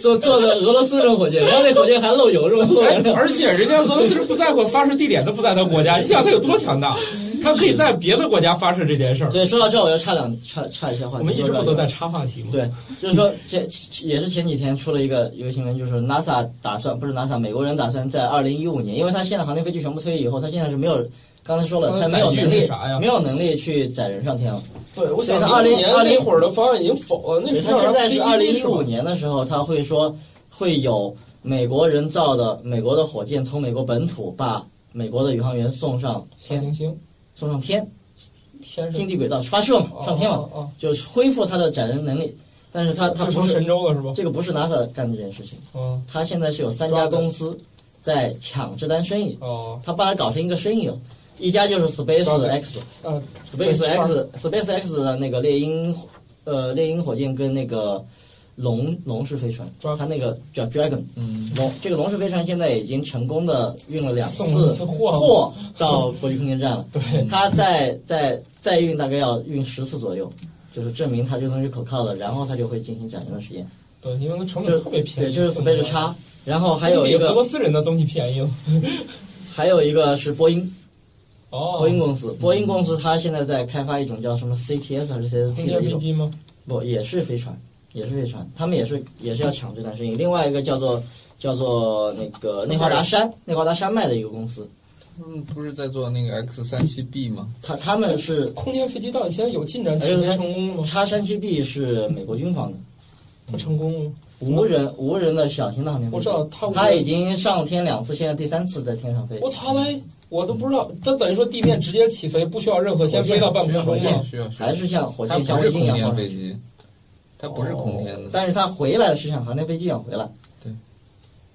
Speaker 4: 坐坐的俄罗斯人火箭，然后那火箭还漏油，是吧？漏燃 料。
Speaker 1: 而且人家俄罗斯人不在乎发射地点都不在他国家，你想他有多强大？他可以在别的国家发射这件事儿。
Speaker 4: 对，说到这儿我要插两插插一下话
Speaker 1: 我
Speaker 4: 题。
Speaker 1: 们一直不都在插话题吗？
Speaker 4: 对，就是说这也是前几天出了一个一个新闻，就是 NASA 打算不是 NASA，美国人打算在二零一五年，因为他现在航天飞机全部退役以后，他现在是没有，刚才说了，他没有能力，
Speaker 1: 啥呀
Speaker 4: 没？有能力去载人上天了。
Speaker 7: 对，我想
Speaker 4: 所以他
Speaker 7: 2005
Speaker 4: 20
Speaker 7: 年那会儿的方案已经否了，那
Speaker 4: 对
Speaker 7: 时
Speaker 4: 他
Speaker 7: 候
Speaker 4: 现在是二零一五
Speaker 7: 吧
Speaker 4: 年的时候，他会说会有美国人造的美国的火箭从美国本土把美国的宇航员送上
Speaker 7: 小
Speaker 4: 天，
Speaker 7: 行星
Speaker 4: 送上天，
Speaker 7: 天上
Speaker 4: 近地轨道发射嘛，上天嘛，
Speaker 7: 哦哦哦
Speaker 4: 就是恢复他的载人能力。但是他他
Speaker 1: 这
Speaker 4: 不
Speaker 1: 成
Speaker 4: 哦是
Speaker 1: 神州了是吧？
Speaker 4: 这个不是 NASA 干的这件事情，
Speaker 1: 嗯
Speaker 4: 他现在是有三家公司在抢这单生意，
Speaker 1: 哦
Speaker 4: 他把它搞成一个生意了。一家就是 Space X，
Speaker 1: 呃
Speaker 4: Space X Space X 的那个猎鹰，呃，猎鹰火箭跟那个龙龙式飞船，
Speaker 1: Dragon
Speaker 4: 它那个叫 Dragon
Speaker 2: 嗯，
Speaker 4: 龙，这个龙式飞船现在已经成功的运了两
Speaker 1: 送了一
Speaker 4: 次
Speaker 1: 次货
Speaker 4: 货到国际空间站了，
Speaker 1: 对，
Speaker 4: 它再再再运大概要运十次左右，就是证明它这个东西可靠了，然后它就会进行载人的实验，
Speaker 1: 对，因为它成
Speaker 4: 就
Speaker 1: 本
Speaker 4: 是
Speaker 1: 特别便
Speaker 4: 对，
Speaker 1: 宜，
Speaker 4: 就是
Speaker 1: 送过来哦
Speaker 4: Space X，然后还有一
Speaker 1: 比俄罗
Speaker 4: 个
Speaker 1: 斯人的东西便宜了。
Speaker 4: 还有一个是波音
Speaker 1: 哦，
Speaker 4: 波音公司，波音公司它现在在开发一种叫什么 CTS 还是 CST
Speaker 1: 空间
Speaker 4: 的一
Speaker 1: 飞
Speaker 4: 种。
Speaker 1: 机吗？
Speaker 4: 不也是飞船，也是飞船，他们也是也是要抢这单生意。另外一个叫做叫做那个内华达山内华达山脉的一个公司，
Speaker 2: 嗯不是在做那个 X 三七 B 吗？
Speaker 4: 他他们是
Speaker 1: 空间飞机到底现在有进
Speaker 4: 哎
Speaker 1: 展，取得成功了吗？
Speaker 4: 叉山七 B 是美国军方的
Speaker 1: 它成功了吗？
Speaker 4: 无人无人的小型的航天飞
Speaker 7: 我知
Speaker 4: 机，
Speaker 7: 道他无人
Speaker 4: 他已经上天两次，现在第三次在天上飞。
Speaker 7: 我操嘞！我都不知道，它等于说地面直接起飞，不需要任何先飞到半空
Speaker 4: 火
Speaker 7: 中
Speaker 4: 箭
Speaker 7: 嘛。
Speaker 2: 需要需要
Speaker 4: 还，是像火
Speaker 2: 它
Speaker 4: 箭像
Speaker 2: 不
Speaker 4: 卫
Speaker 2: 是
Speaker 4: 星
Speaker 2: 空
Speaker 4: 一样
Speaker 2: 天
Speaker 4: 放
Speaker 2: 飞
Speaker 4: 上去，哦
Speaker 2: 机，它不是空天的，
Speaker 4: 但是他回来是像航天飞机一样回来，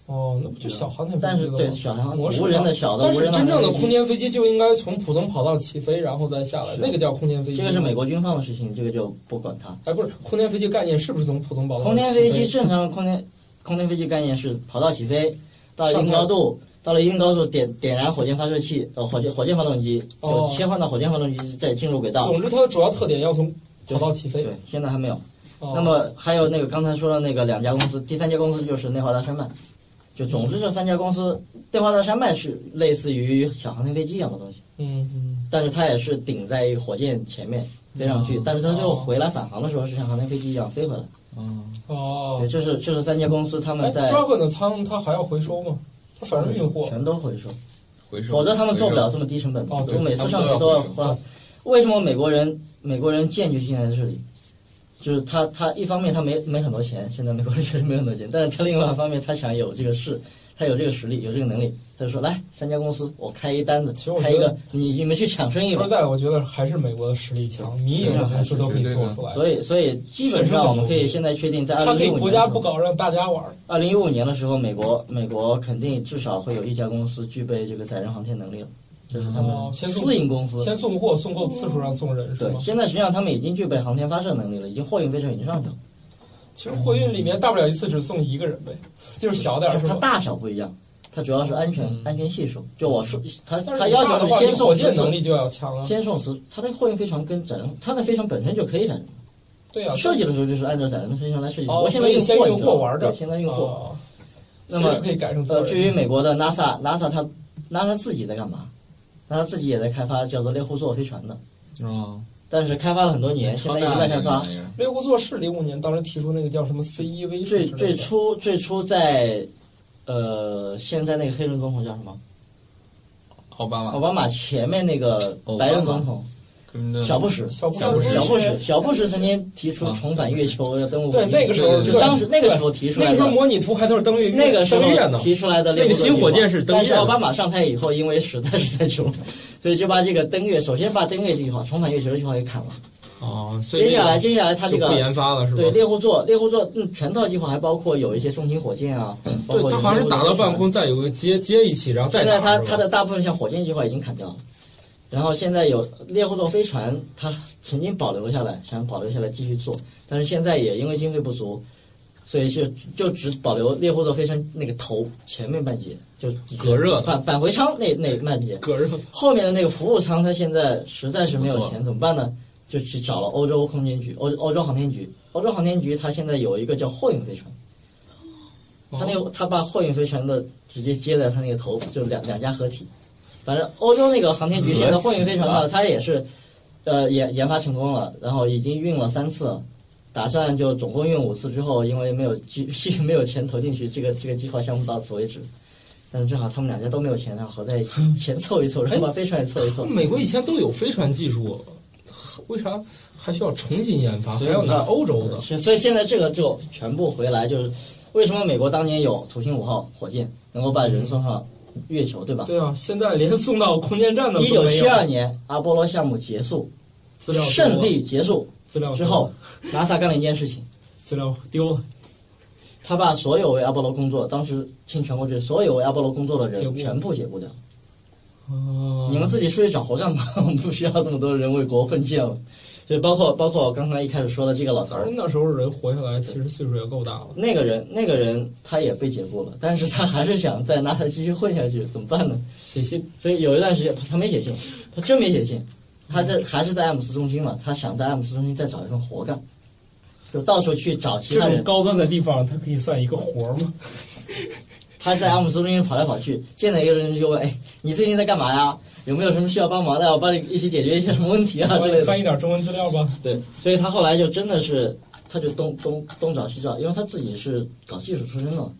Speaker 1: 哦，那不就小航天飞
Speaker 4: 但
Speaker 1: 机
Speaker 4: 是
Speaker 1: 了吗？
Speaker 4: 对小航
Speaker 1: 模式
Speaker 4: 无人的小的
Speaker 7: 但
Speaker 4: 无
Speaker 7: 是
Speaker 4: 人
Speaker 7: 真正的
Speaker 4: 航天
Speaker 7: 空
Speaker 4: 飞
Speaker 7: 间飞机
Speaker 4: 机
Speaker 7: 就应该从普通跑道起飞，然后再下来，那个叫空间飞机。
Speaker 4: 这个是美国军方的事情，这个就不管它。
Speaker 7: 哎，不是空间飞机概念是不是从普通跑道？
Speaker 4: 空天飞机，正常的空天空天飞机概念是跑道起飞，到了一
Speaker 7: 上
Speaker 4: 定
Speaker 7: 天
Speaker 4: 高度，到了一定高度点点燃火箭发射器，呃，火箭火箭发动机，就
Speaker 7: 哦
Speaker 4: 切换到火箭发动机再进入轨道。
Speaker 7: 总之它的主要特点要从跑道起飞
Speaker 4: 对。，现在还没有。
Speaker 7: 哦
Speaker 4: 那么还有那个刚才说的那个两家公司，第三家公司就是内华达山脉。就总之这三家公司，内华达山脉是类似于小航天飞机一样的东西，
Speaker 7: 嗯嗯，
Speaker 4: 但是它也是顶在一个火箭前面飞上
Speaker 7: 哦
Speaker 4: 去，但是它最后回来返航的时候是像航天飞机一样飞回来。
Speaker 2: 嗯，
Speaker 7: 哦
Speaker 4: 对，，这是这是三家公司他
Speaker 7: 哎
Speaker 4: 们在
Speaker 7: ，Dragon 的仓它还要回收吗？它反正运货。
Speaker 4: 全都回收。
Speaker 2: 回收，
Speaker 4: 否则他们做不了
Speaker 2: 回收。
Speaker 4: 这么低成本的。
Speaker 7: 哦对
Speaker 4: 我每次上课都要花。为什么美国人美国人建军现在在这里？就是他他一方面他没没很多钱，现在美国人确实没有很多钱，但是他另外一方面他想有这个事，他有这个实力，有这个能力，他就说来三家公司我开一单子
Speaker 1: 其实，我觉
Speaker 4: 开
Speaker 1: 得
Speaker 4: 一个你你们去抢生意
Speaker 1: 说
Speaker 4: 吧
Speaker 1: 实。在，我觉得还是美国的实力强，民营的公司都可以做出来。
Speaker 4: 所以所以基本上我们可以现在确定，在
Speaker 7: 它
Speaker 4: 二
Speaker 7: 可以
Speaker 4: 零一五
Speaker 7: 国
Speaker 4: 年
Speaker 7: 家
Speaker 4: 的时
Speaker 7: 不
Speaker 4: 候，
Speaker 7: 搞，让大家玩儿。
Speaker 4: 二零一五年的时候，美国美国肯定至少会有一家公司具备这个载人航天能力了，就是他
Speaker 7: 哦
Speaker 4: 们
Speaker 7: 先做
Speaker 4: 私营公司
Speaker 7: 先送货，送够次数让送人是
Speaker 4: 对
Speaker 7: 吗，？
Speaker 4: 现在实际上他们已经具备航天发射能力了，已经货运飞船已经上去了。
Speaker 7: 其实货运里面大不了一次只送一个人呗，就是小点
Speaker 4: 它
Speaker 7: 儿是
Speaker 4: 它
Speaker 7: 吧？
Speaker 4: 大小不一样，它主要是安全、安全系数。就我说，它
Speaker 7: 但是
Speaker 4: 它
Speaker 7: 你
Speaker 4: 要
Speaker 7: 大
Speaker 4: 求
Speaker 7: 的
Speaker 4: 是
Speaker 7: 话，
Speaker 4: 先
Speaker 7: 你
Speaker 4: 送
Speaker 7: 火
Speaker 4: 十
Speaker 7: 箭能
Speaker 4: 次，
Speaker 7: 力就要强啊。
Speaker 4: 先送十，它的货运飞船跟载人，它的飞船本身就可以载人。
Speaker 7: 对啊，
Speaker 4: 设计的时候就是按照载人的飞船来设计。
Speaker 7: 哦
Speaker 4: 我现在运
Speaker 7: 所以先
Speaker 4: 货，
Speaker 7: 运
Speaker 4: 你知道
Speaker 7: 货
Speaker 4: 吗
Speaker 7: 玩着
Speaker 4: 对现在运货。
Speaker 7: 哦，
Speaker 4: 那么
Speaker 7: 随时可以改成
Speaker 4: 呃
Speaker 7: 做，人
Speaker 4: 至于美国的 NASA NASA 它 NASA 自己在干嘛？NASA 自己也在开发叫做猎户座飞船的，
Speaker 2: 嗯，
Speaker 4: 但是开发了很多年，现
Speaker 2: 超
Speaker 4: 在一直
Speaker 2: 大
Speaker 4: 在开
Speaker 2: 的那个
Speaker 4: 发。
Speaker 2: 玩意儿，
Speaker 7: 猎户座是零五年当时提出那个叫什么 CEV
Speaker 4: 最
Speaker 7: 是不是
Speaker 4: 最初最初在呃，现在那个黑人总统叫什么？
Speaker 2: 奥巴
Speaker 7: 啊
Speaker 4: 奥
Speaker 2: 马，
Speaker 4: 巴马前面那个白人总统
Speaker 2: 克林顿
Speaker 4: 小 布什，
Speaker 7: 嗯小布
Speaker 2: 小布
Speaker 7: 什啊
Speaker 2: 什
Speaker 4: 小布什，小布什曾经提出重返月球要登陆
Speaker 7: 对那个
Speaker 4: 火星
Speaker 7: 时候
Speaker 2: 对
Speaker 4: 就当时那个时候提出
Speaker 7: 那
Speaker 4: 来
Speaker 7: 个时候
Speaker 4: 的，
Speaker 7: 模拟图还都是登月
Speaker 4: 那个时
Speaker 7: 登月
Speaker 4: 候
Speaker 7: 呢。
Speaker 4: 提出来的
Speaker 1: 那个新火箭是登月
Speaker 4: 但
Speaker 1: 的
Speaker 4: 是奥巴马上台以后， 因为实在是太穷，所以就把这个登月，首先把登月计划、重返月球计划给砍了。
Speaker 1: 哦，所以
Speaker 4: 接下来接下来它
Speaker 1: 就
Speaker 4: 这个
Speaker 1: 不研发了是吧
Speaker 4: 对？猎户座，猎户座嗯，全套计划还包括有一些中型火箭啊，包
Speaker 1: 嗯
Speaker 4: 括
Speaker 1: 对，它好像是打到
Speaker 4: 啊
Speaker 1: 半空，再有个接接一起，然后再
Speaker 4: 现在
Speaker 1: 打。
Speaker 4: 它
Speaker 1: 是吧
Speaker 4: 它的大部分像火箭计划已经砍掉了，然后现在有猎户座飞船，它曾经保留下来，想保留下来继续做，但是现在也因为经费不足，所以就就只保留猎户座飞船那个头前面半截，就
Speaker 1: 隔热的
Speaker 4: 返返回舱那那半截，
Speaker 1: 隔热
Speaker 4: 后面的那个服务舱，它现在实在是没有钱，怎么办呢？就去找了欧洲空间局、欧欧洲航天局。欧洲航天局它现在有一个叫货运飞船，
Speaker 2: 哦
Speaker 4: 它那个它把货运飞船的直接接在它那个头，就两两家合体。反正欧洲那个航天局现在货运飞船
Speaker 2: 合体
Speaker 4: 呢，
Speaker 2: 啊
Speaker 4: 它也是呃研研发成功了，然后已经运了三次了。打算就总共运五次之 后，因为没有计没有钱投进去，这个这个计划项目到此为止。但是正好他们两家都没有钱，然后合在一起，钱凑一凑，然后把飞船也凑一 凑。
Speaker 1: 美国以前都有飞船技术，为啥还需要重新研发？还
Speaker 4: 所以
Speaker 1: 要
Speaker 4: 我知
Speaker 1: 拿
Speaker 4: 道
Speaker 1: 欧洲的？
Speaker 4: 啊是，所以现在这个就全部回来，就是为什么美国当年有土星五号火箭能够把人送上月球，对吧？
Speaker 1: 对啊，现在连送到空间站的
Speaker 4: 一
Speaker 1: 都
Speaker 4: 九
Speaker 1: 没
Speaker 4: 七二
Speaker 1: 有。啊
Speaker 4: 年阿波罗项目结束，
Speaker 1: 资料丢了
Speaker 4: 胜利结束
Speaker 1: 资料啊
Speaker 4: 之
Speaker 1: 丢了
Speaker 4: 后，，NASA 干了一件事情，
Speaker 1: 资料丢了，
Speaker 4: 他把所有为阿波罗工作，当时听全国知，所有为阿波罗工作的
Speaker 1: 解
Speaker 4: 人
Speaker 1: 雇
Speaker 4: 全部解雇掉。
Speaker 1: 哦，
Speaker 4: 你们自己出去找活干嘛？ 我们不需要这么多人为国奋战了。就包括包括我刚才一开始说的这个老头
Speaker 1: 当
Speaker 4: 儿
Speaker 1: 然，那时候人活下来，其实岁数也够大了。
Speaker 4: 那个人那个人他也被解雇了，但是他还是想在 NASA 继续混下去，怎么办呢？
Speaker 1: 写信
Speaker 4: 所以有一段时间他没写信，他真没写信，他
Speaker 1: 嗯
Speaker 4: 在还是在艾姆斯中心嘛，他想在艾姆斯中心再找一份活干，就到处去找其
Speaker 1: 这
Speaker 4: 他
Speaker 1: 种
Speaker 4: 人。
Speaker 1: 高端的地方，它可以算一个活儿吗？
Speaker 4: 他在艾姆斯中心跑来跑去，见到一个人就问：“哎，你最近在干嘛呀？有没有什么需要帮忙的？我帮你一起解决一些什么问题啊之类的
Speaker 1: 翻。译点中文资料吧。”
Speaker 4: 对，所以他后来就真的是，他就东东东找西找，因为他自己是搞技术出身的嘛，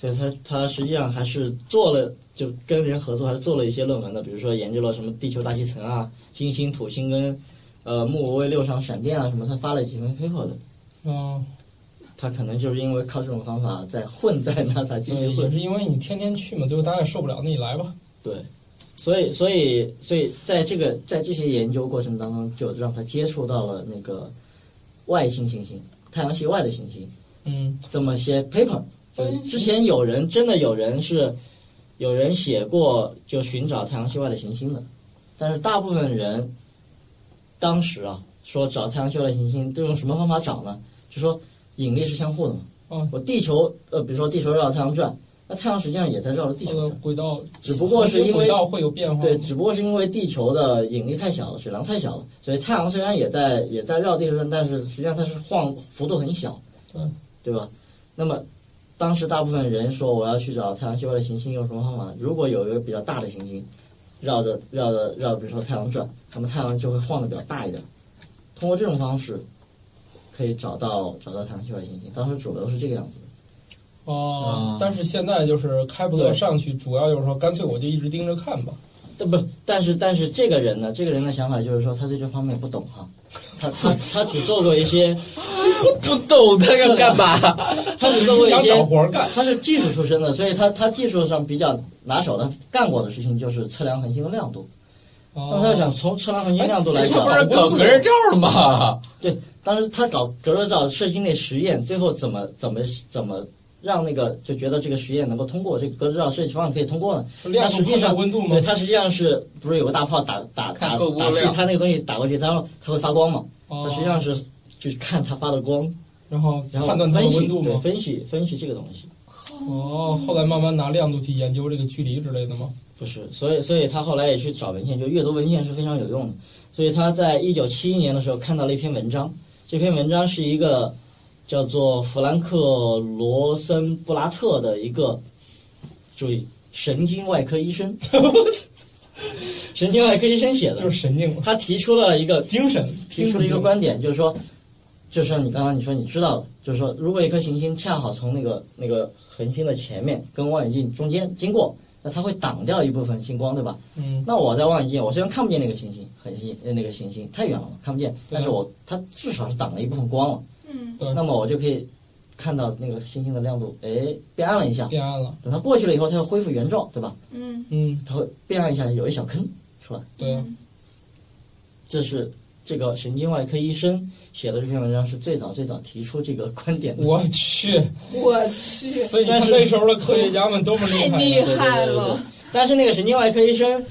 Speaker 4: 所以他他实际上还是做了，就跟人合作还是做了一些论文的，比如说研究了什么地球大气层啊、金星、土星跟呃木卫六上闪电啊什么，他发了几篇 paper 的。
Speaker 7: 嗯，
Speaker 4: 他可能就是因为靠这种方法在混在 NASA
Speaker 1: 嗯
Speaker 4: 继
Speaker 7: 对，
Speaker 4: 续
Speaker 7: 也
Speaker 4: 混，
Speaker 7: 是因为你天天去嘛，最后大家也受不了，那你来吧。
Speaker 4: 对，所以所以所以在这个在这些研究过程当中，就让他接触到了那个外星行星、太阳系外的行星，
Speaker 7: 嗯，
Speaker 4: 这么些 paper。就是之前有人真的有人是有人写过就寻找太阳系外的行星的，但是大部分人当时啊说找太阳系外的行星都用什么方法找呢？就说引力是相互的嘛。
Speaker 7: 哦
Speaker 4: 我地球呃，比如说地球绕太阳转，那太阳实际上也在绕着地
Speaker 7: 它
Speaker 4: 球
Speaker 7: 的
Speaker 1: 嗯
Speaker 4: 转。
Speaker 7: 轨道
Speaker 4: 只不过是因为
Speaker 7: 轨道会有变化。
Speaker 4: 对，只不过是因为地球的引力太小了，质量太小了，所以太阳虽然也在也在绕地球转，但是实际上它是晃幅度很小，嗯
Speaker 7: 对
Speaker 4: 对吧？那么当时大部分人说我要去找太阳系外的行星，用什么方法呢？如果有一个比较大的行星绕着绕着绕着，比如说太阳转，那么太阳就会晃的比较大一点。通过这种方式，可以找到找到太阳系外行星。当时主流是这个样子的。
Speaker 7: 哦
Speaker 2: 嗯，
Speaker 7: 但是现在就是开普勒上去，主要就是说，干脆我就一直盯着看吧。
Speaker 4: 呃，不，但是但是这个人呢，这个人的想法就是说，他对这方面不懂哈、他他他只做过一 些，
Speaker 2: 不懂他要 干嘛？
Speaker 4: 他只
Speaker 7: 只
Speaker 4: 做
Speaker 7: 是
Speaker 4: 过一
Speaker 7: 想找
Speaker 4: 些，
Speaker 7: 活儿干。
Speaker 4: 他是技术出身的，所以他他技术上比较拿手的干过的事情就是测量恒星的亮度。那
Speaker 7: 哦
Speaker 4: 么他想从测量恒星亮度来啊
Speaker 2: 他
Speaker 4: 讲
Speaker 2: 哎不，是搞隔热罩 吗？
Speaker 4: 对，当时他搞隔热罩射精那实验，最后怎么怎么怎么让那个就觉得这个实验能够通过，这个隔热罩设计方案可以通过呢？
Speaker 7: 亮
Speaker 4: 它
Speaker 7: 度
Speaker 4: 实际上
Speaker 7: 控制温度吗
Speaker 4: 对，它实际上是不是有个大炮打打打
Speaker 2: 看够不够
Speaker 4: 打气
Speaker 2: 亮，
Speaker 4: 它那个东西打过去，它它会发光嘛？它
Speaker 7: 哦
Speaker 4: 实际上是就是看它发的光，
Speaker 7: 然后
Speaker 4: 然后
Speaker 7: 判断它的
Speaker 4: 分析
Speaker 7: 温度
Speaker 4: 对
Speaker 7: 吗？
Speaker 4: 分析分析这个东西。
Speaker 7: 哦，后来慢慢拿亮度去研究这个距离之类的吗？
Speaker 4: 不是，所以所以他后来也去找文献，就阅读文献是非常有用的。所以他在一九七一年的时候看到了一篇文章，这篇文章是一个叫做弗兰克·罗森布拉特的一个，注意神经外科 医生，神经外科医生写的，
Speaker 7: 就是神经了，
Speaker 4: 他提出了一个
Speaker 7: 精神
Speaker 4: 提出了一个观点，就是说，就是说你刚刚你说你知道了，就是说，如果一颗行星恰好从那个那个恒星的前面跟望远镜中间经过，那它会挡掉一部分星光，对吧？
Speaker 7: 嗯，
Speaker 4: 那我在望远镜，我虽然看不见那个行星恒星呃那个行星太远了嘛，看不见，
Speaker 7: 对啊
Speaker 4: 但是我它至少是挡了一部分光了，
Speaker 3: 嗯，
Speaker 7: 对，
Speaker 4: 那么我就可以看到那个星星的亮度，哎，变暗了一下。
Speaker 7: 变暗了，
Speaker 4: 等它过去了以后，它又恢复原状，对吧？
Speaker 3: 嗯，
Speaker 7: 嗯，
Speaker 4: 啊它会变暗一下，有一小坑出来。
Speaker 7: 对啊，
Speaker 4: 这是这个神经外科医生写的这篇文章是最早最早提出这个观点的。
Speaker 1: 我去，
Speaker 3: 我去，
Speaker 1: 所以你看那时候的科学家们都不厉
Speaker 8: 太
Speaker 1: 害
Speaker 8: 厉
Speaker 1: 的。
Speaker 8: 害
Speaker 4: 对对对
Speaker 8: 了
Speaker 4: 对。但是那个神经外科医生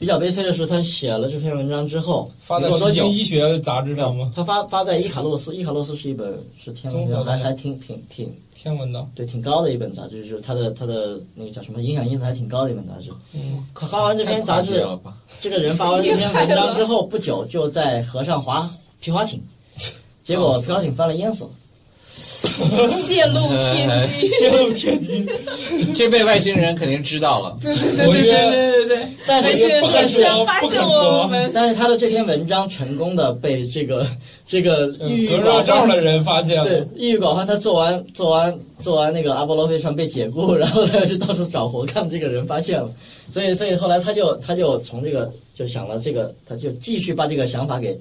Speaker 4: 比较悲催的是，他写了这篇文章之后，
Speaker 1: 发在《
Speaker 4: 没过多
Speaker 1: 神经
Speaker 4: 久，
Speaker 1: 医学》杂志上吗？
Speaker 4: 他发发在伊卡洛斯，伊卡洛斯是一本是天文
Speaker 1: 综合
Speaker 4: 学，
Speaker 1: 的
Speaker 4: 还还挺挺挺
Speaker 1: 天文的，
Speaker 4: 对挺高的一本杂志，就是他的他的那个叫什么影响因子还挺高的一本杂志。
Speaker 1: 嗯，
Speaker 4: 可发完这 篇杂
Speaker 2: 太夸
Speaker 4: 志
Speaker 2: 张，了吧？
Speaker 4: 这个人发完这篇文章之后不久，就在 河上划皮划艇，结果皮划艇翻了淹死了。
Speaker 8: 泄露天 机，
Speaker 1: 泄露天机，
Speaker 2: 这被外星人肯定知道了。
Speaker 3: 对对对对对对对
Speaker 4: 但
Speaker 3: 对，
Speaker 4: 是
Speaker 3: 外星人
Speaker 1: 不敢
Speaker 3: 说真
Speaker 1: 说
Speaker 3: 发
Speaker 1: 不
Speaker 3: 现
Speaker 1: 敢
Speaker 3: 我
Speaker 1: 说
Speaker 3: 们，
Speaker 4: 但是他的这篇文章成功的被这个这个
Speaker 8: 嗯
Speaker 7: 嗯
Speaker 4: 郁郁
Speaker 1: 得
Speaker 4: 寡
Speaker 1: 热症
Speaker 4: 欢
Speaker 1: 的人发现
Speaker 4: 对
Speaker 1: 了，
Speaker 4: 郁郁寡欢，他做完做完做完那个阿波罗飞船被解雇， 然后他就到处找活干，这个人发现了，所以所以后来他就他就从这个就想了这个，他就继续把这个想法给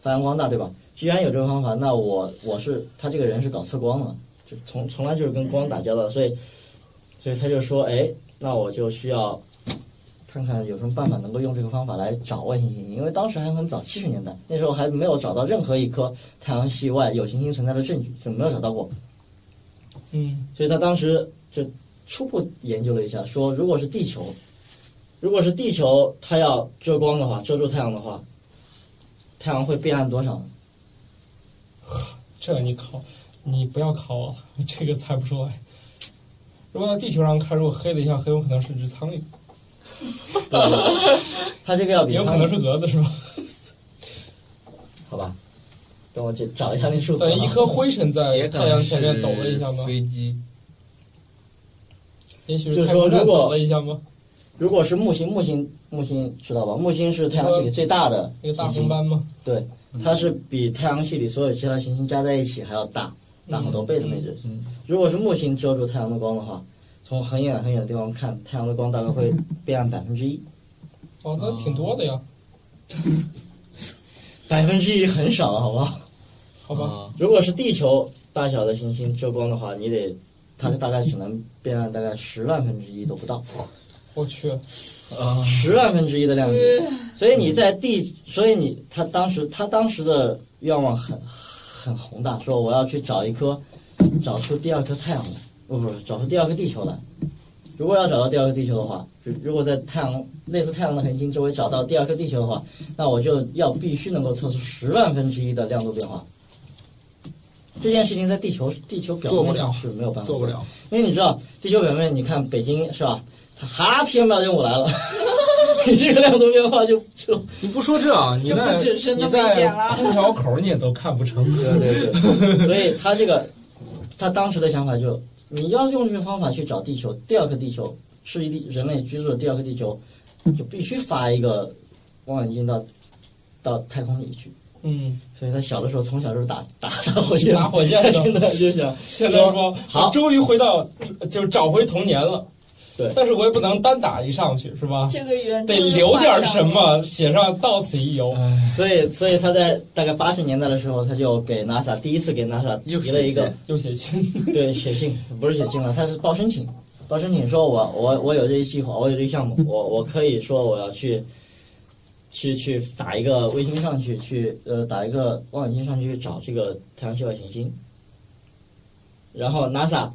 Speaker 4: 发扬光大，对吧？既然有这个方法，那我我是他这个人是搞测光的，就从从来就是跟光打交道，所以所以他就说，哎，那我就需要看看有什么办法能够用这个方法来找外星星，因为当时还很早，七十年代那时候还没有找到任何一颗太阳系外有行星存在的证据，就没有找到过。
Speaker 1: 嗯，
Speaker 4: 所以他当时就初步研究了一下，说如果是地球，如果是地球它要遮光的话，遮住太阳的话，太阳会变暗多少呢？
Speaker 1: 这你考，你不要考 我，这个猜不出来。如果在地球上看，如果黑的一下，很有可能是只苍蝇，
Speaker 4: 它这个要比
Speaker 1: 也有可
Speaker 4: 苍
Speaker 1: 能
Speaker 4: 蝇
Speaker 1: 是蛾子，是吧？
Speaker 4: 好吧？等我去找一下那数字啊。
Speaker 1: 对，一颗灰尘在
Speaker 2: 也可
Speaker 1: 啊太阳
Speaker 2: 能
Speaker 1: 前面抖了一下
Speaker 2: 是
Speaker 1: 吗？
Speaker 2: 飞机，
Speaker 1: 也许
Speaker 4: 就是是
Speaker 1: 太
Speaker 4: 说
Speaker 1: 空站
Speaker 4: 如果
Speaker 1: 抖了一下吗？
Speaker 4: 如果是木星，木星木星知道吧？木星是太阳系里最大的
Speaker 1: 那个大红斑吗？
Speaker 4: 对，它是比太阳系里所有其他行星加在一起还要大，大好多倍的那种。
Speaker 2: 嗯
Speaker 4: 如果是木星遮住太阳的光的话，从很远很远的地方看，太阳的光大概会变暗百分之一，
Speaker 1: 哦，那挺多的呀，
Speaker 4: 百分之一很少了，好不好？
Speaker 1: 好吧，
Speaker 2: 啊
Speaker 4: 如果是地球大小的行星遮光的话，你得它大概只能变暗大概十万分之一都不到，
Speaker 1: 我去，
Speaker 2: 啊，
Speaker 4: 十万分之一的量级。所以你在地，所以你他当时他当时的愿望很很宏大，说我要去找一颗，找出第二颗太阳来，哦不不，找出第二颗地球来。如果要找到第二颗地球的话，如如果在太阳类似太阳的恒星周围找到第二颗地球的话，那我就要必须能够测出十万分之一的亮度变化。这件事情在地球地球表面上是没有办法
Speaker 9: 做不
Speaker 4: 的
Speaker 9: 了，
Speaker 4: 因为你知道地球表面，你看北京是吧？它哈天喵任务来了， 你这个亮度变化就就
Speaker 9: 你不说这啊，你
Speaker 3: 就
Speaker 9: 在
Speaker 3: 不只是那
Speaker 9: 你
Speaker 3: 么一
Speaker 9: 在
Speaker 3: 点了。
Speaker 9: 空调口你也都看不成。
Speaker 4: 对对对，所以他这个他当时的想法就，你要用这个方法去找地球第二颗地球，是一地人类居住的第二颗地球，就必须发一个望远镜到到太空里去。
Speaker 1: 嗯，
Speaker 4: 所以他小的时候从小就是打打打火 箭，
Speaker 1: 打火箭
Speaker 4: 他
Speaker 1: 的
Speaker 4: 现在就想
Speaker 1: 现在说，
Speaker 4: 好
Speaker 1: 我终于回到，就找回童年了。
Speaker 4: 对
Speaker 1: 但是我也不能单打一上去，是吧？
Speaker 3: 这个圆
Speaker 1: 得留点什，么，写上到此一游。
Speaker 2: 哎
Speaker 4: 所以，所以他在大概八十年代的时候，他就给 NASA 第一次给 NASA
Speaker 2: 又
Speaker 4: 提了一个
Speaker 2: 写
Speaker 1: 又写 信，
Speaker 4: 对写信，不是写信了，他是报申请，报申请说我我我有这一计划，我有这个项目，我我可以说我要去，去去打一个卫星上去，去呃打一个望远镜上去找这个太阳系外行星，然后 NASA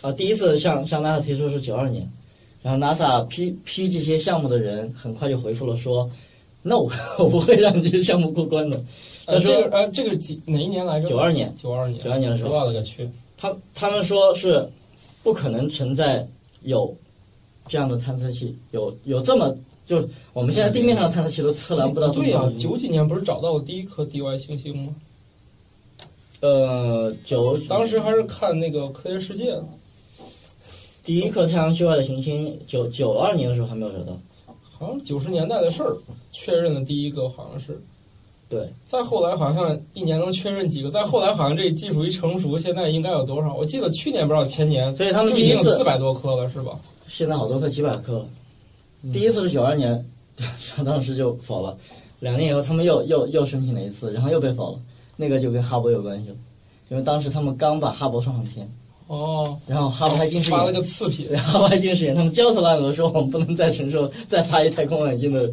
Speaker 4: 啊，第一次向向 NASA 提出是九二年，然后 NASA 批批这些项目的人很快就回复了说，no，我 不会让你这个项目过关的。他
Speaker 1: 呃，
Speaker 4: 说
Speaker 1: 这个呃，这个几哪一年来着？
Speaker 4: 九二年，
Speaker 1: 九二年
Speaker 4: 九，二年的时候，
Speaker 1: 我勒个去！
Speaker 4: 他他们说是不可能存在有这样的探测器，有有这么就是我们现在地面上的探测器都测量不到这么
Speaker 1: 对呀
Speaker 4: 多。，
Speaker 1: 九几年不是找到我第一颗地外行星吗？
Speaker 4: 呃九，
Speaker 1: 当时还是看那个《科学世界》呢，
Speaker 4: 第一颗太阳系外的行星，九九二年的时候还没有找到。
Speaker 1: 好像九十年代的事儿，确认的第一个好像是。
Speaker 4: 对，
Speaker 1: 再后来好像一年能确认几个，再后来好像这技术一成熟，现在应该有多少？我记得去年不知道前年，
Speaker 4: 所以他们
Speaker 1: 就
Speaker 4: 第
Speaker 1: 已
Speaker 4: 一
Speaker 1: 经有
Speaker 4: 次
Speaker 1: 四百多颗了，是吧？
Speaker 4: 现在好多颗几百颗了。
Speaker 1: 嗯
Speaker 4: 第一次是九二年， 他当时就否了。两年以后，他们又又又申请了一次，然后又被否了。那个就跟哈勃有关系了，因为当时他们刚把哈勃送上天，
Speaker 1: 哦，
Speaker 4: 然后哈勃还近视眼
Speaker 1: 发了个次品，
Speaker 4: 然后外星实验，他们焦头烂额说我们不能再承受再发一太空望远镜的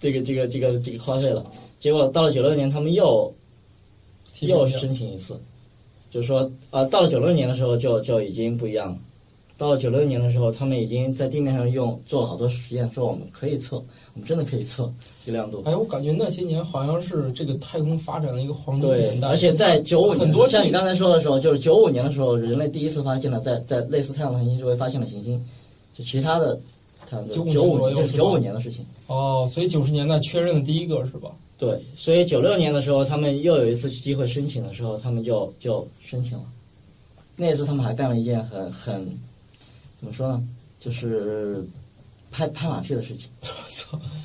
Speaker 4: 这个这个这个这个花费了，结果到了九六年，他们又
Speaker 7: 提
Speaker 4: 又
Speaker 7: 升
Speaker 4: 申请一次，就是说啊，到了九六年的时候就就已经不一样了。到了九六年的时候，他们已经在地面上用做了好多实验，说我们可以测，我们真的可以测这个亮度。
Speaker 7: 哎，我感觉那些年好像是这个太空发展的一个黄金
Speaker 4: 对
Speaker 7: 年，代，
Speaker 4: 而且在九五
Speaker 7: 很多
Speaker 4: 像
Speaker 7: 地
Speaker 4: 你刚才说的时候，就是九五年的时候，人类第一次发现了在在类似太阳的行星周围发现了行星，就其他的太阳
Speaker 7: 95
Speaker 4: 九
Speaker 7: 年左
Speaker 4: 五
Speaker 7: 右
Speaker 4: 这是
Speaker 7: 是吧
Speaker 4: 九五年的事情。
Speaker 7: 哦，所以九十年代确认的第一个是吧？
Speaker 4: 对，所以九六年的时候，他们又有一次机会申请的时候，他们就就申请了。那一次他们还干了一件很很怎么说呢，就是拍拍马屁的事情。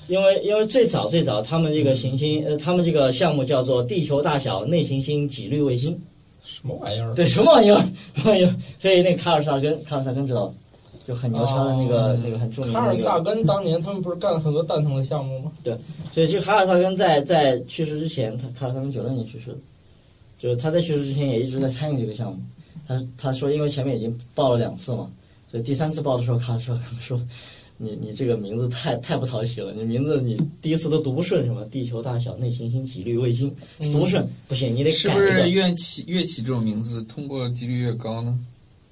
Speaker 4: 因为因为最早最早他们这个行星呃，他们这个项目叫做地球大小内行星几率卫星，
Speaker 7: 什么玩意儿？
Speaker 4: 对什么玩 意儿，什么玩意儿？所以那卡尔萨根，卡尔萨根知道，就很牛叉的那个、
Speaker 7: 哦
Speaker 4: 那个很著名的、
Speaker 7: 卡
Speaker 4: 那
Speaker 7: 尔
Speaker 4: 个。
Speaker 7: 萨根当年他们不是干了很多蛋疼的项目吗？
Speaker 4: 所以，其实卡尔萨根在在去世之前，他卡尔萨根九六年去世的，就是他在去世之前也一直在参与这个项目。他他说，因为前面已经报了两次嘛，所以第三次报的时候，卡尔萨根说：“你你这个名字太太不讨喜了，你名字你第一次都读不顺，什么地球大小、内行星几率、卫星读
Speaker 7: 嗯
Speaker 4: 不顺，不行，你得
Speaker 2: 是
Speaker 4: 改
Speaker 2: 不
Speaker 4: 一个
Speaker 2: 是越起越起这种名字通过几率越高呢？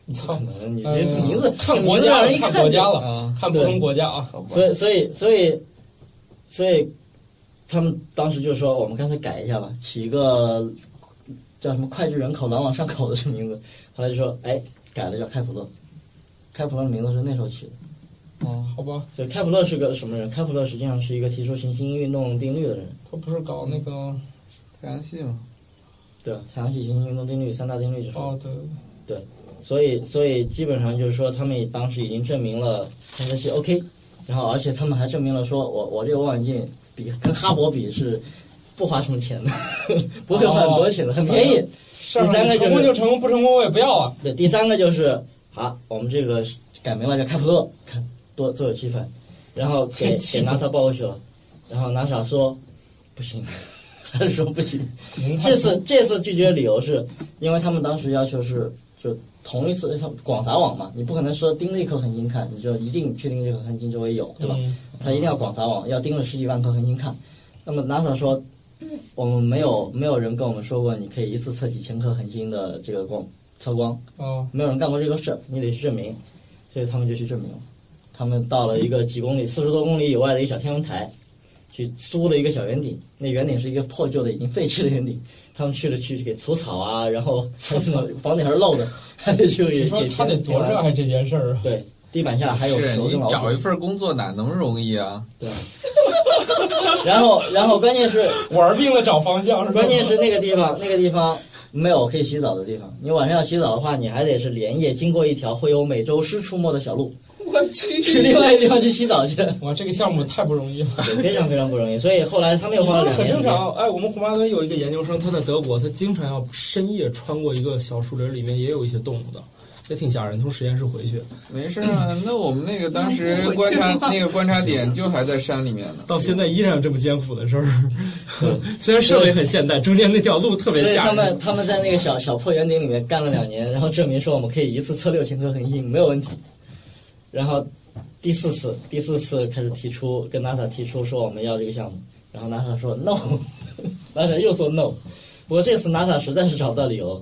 Speaker 7: 你操！
Speaker 4: 可 能你
Speaker 7: 呃
Speaker 4: 这名字
Speaker 7: 看国家
Speaker 4: 让
Speaker 7: 了
Speaker 4: 人，一
Speaker 7: 看
Speaker 4: 看
Speaker 7: 国
Speaker 4: 就
Speaker 7: 家了，
Speaker 2: 啊，
Speaker 7: 看不同国家啊。
Speaker 2: 好吧，
Speaker 4: 所以，所以，所以，所以，他们当时就说，我们干脆改一下吧，起一个叫什么“脍炙人口、朗朗上口”的这个名字。后来就说，哎，改了叫开普勒。开普勒的名字是那时候起的。
Speaker 2: 嗯，
Speaker 7: 好吧，
Speaker 4: 对，开普勒是个什么人？开普勒实际上是一个提出行星运动定律的人。
Speaker 7: 他不是搞那个
Speaker 2: 太阳系嘛，
Speaker 4: 对吧，太阳系行星运动定律三大定律之后，
Speaker 7: 哦，对，
Speaker 4: 所以，所以基本上就是说，他们当时已经证明了探测器 OK，然后而且他们还证明了说我我这个望远镜比跟哈勃比是不花什么钱的， 不会花很多钱的，很便宜。
Speaker 7: 事儿
Speaker 4: 第三个
Speaker 7: 你
Speaker 4: 就是
Speaker 7: 成功就成功，不成功我也不要啊。
Speaker 4: 对，第三个就是啊，我们这个改名了叫开普勒，看多多有气氛，然后给给 NASA 报过去了，然后 NASA 说不行， 还是说不行。
Speaker 7: 您太
Speaker 4: 这次这次拒绝的理由是因为他们当时要求是就同一次他们广撒网嘛，你不可能说盯着一颗恒星看，你就一定确定这颗恒星周围有，对吧？
Speaker 7: 嗯
Speaker 4: 他一定要广撒网，要盯着十几万颗恒星看。那么 NASA 说，我们没有没有人跟我们说过，你可以一次测几千颗恒星的这个光测光，
Speaker 7: 哦，
Speaker 4: 没有人干过这个事儿，你得去证明。所以他们就去证明了。他们到了一个几公里、四十多公里以外的一个小天文台，去租了一个小圆顶，那圆顶是一个破旧的、已经废弃的圆顶。他们去了去给除草啊，然后还怎么房顶还是漏的， 还得去给
Speaker 7: 你说
Speaker 4: 给
Speaker 7: 他得多热爱这件事儿啊！
Speaker 4: 对，地板下还有
Speaker 2: 是
Speaker 4: 蛇
Speaker 2: 你
Speaker 4: 跟老
Speaker 2: 找
Speaker 4: 鼠
Speaker 2: 一。份工作哪能容易啊？
Speaker 4: 对。然后，然后关键是
Speaker 7: 玩命的找方向是吧？
Speaker 4: 关键是那个地方，那个地方没有可以洗澡的地方。你晚上要洗澡的话，你还得是连夜经过一条会有美洲狮出没的小路，
Speaker 10: 我去，
Speaker 4: 去另外一个地方去洗澡去，
Speaker 7: 哇，这个项目太不容易了。
Speaker 4: 对非常非常不容易。所以后来他们又
Speaker 1: 你
Speaker 4: 花
Speaker 1: 说的
Speaker 4: 了两
Speaker 1: 很
Speaker 4: 年
Speaker 1: 正
Speaker 4: 时间。
Speaker 1: 常。哎，我们胡巴伦有一个研究生，他在德国，他经常要深夜穿过一个小树林，里面也有一些动物的，也挺吓人。从实验室回去，
Speaker 2: 没事啊，那我们那个当时观察那个观察点就还在山里面呢，
Speaker 1: 到现在依然有这么艰苦的事儿。
Speaker 7: 嗯
Speaker 1: 虽然设备很现代，中间那条路特别
Speaker 4: 所以
Speaker 1: 吓
Speaker 4: 他
Speaker 1: 人
Speaker 4: 们。他们在那个小小破圆顶里面干了两年，然后证明说我们可以一次测六千颗恒星没有问题。然后第四次第四次开始提出跟 NASA 提出说我们要这个项目，然后 NASA 说 no，NASA 又说 no。不过这次 NASA 实在是找不到理由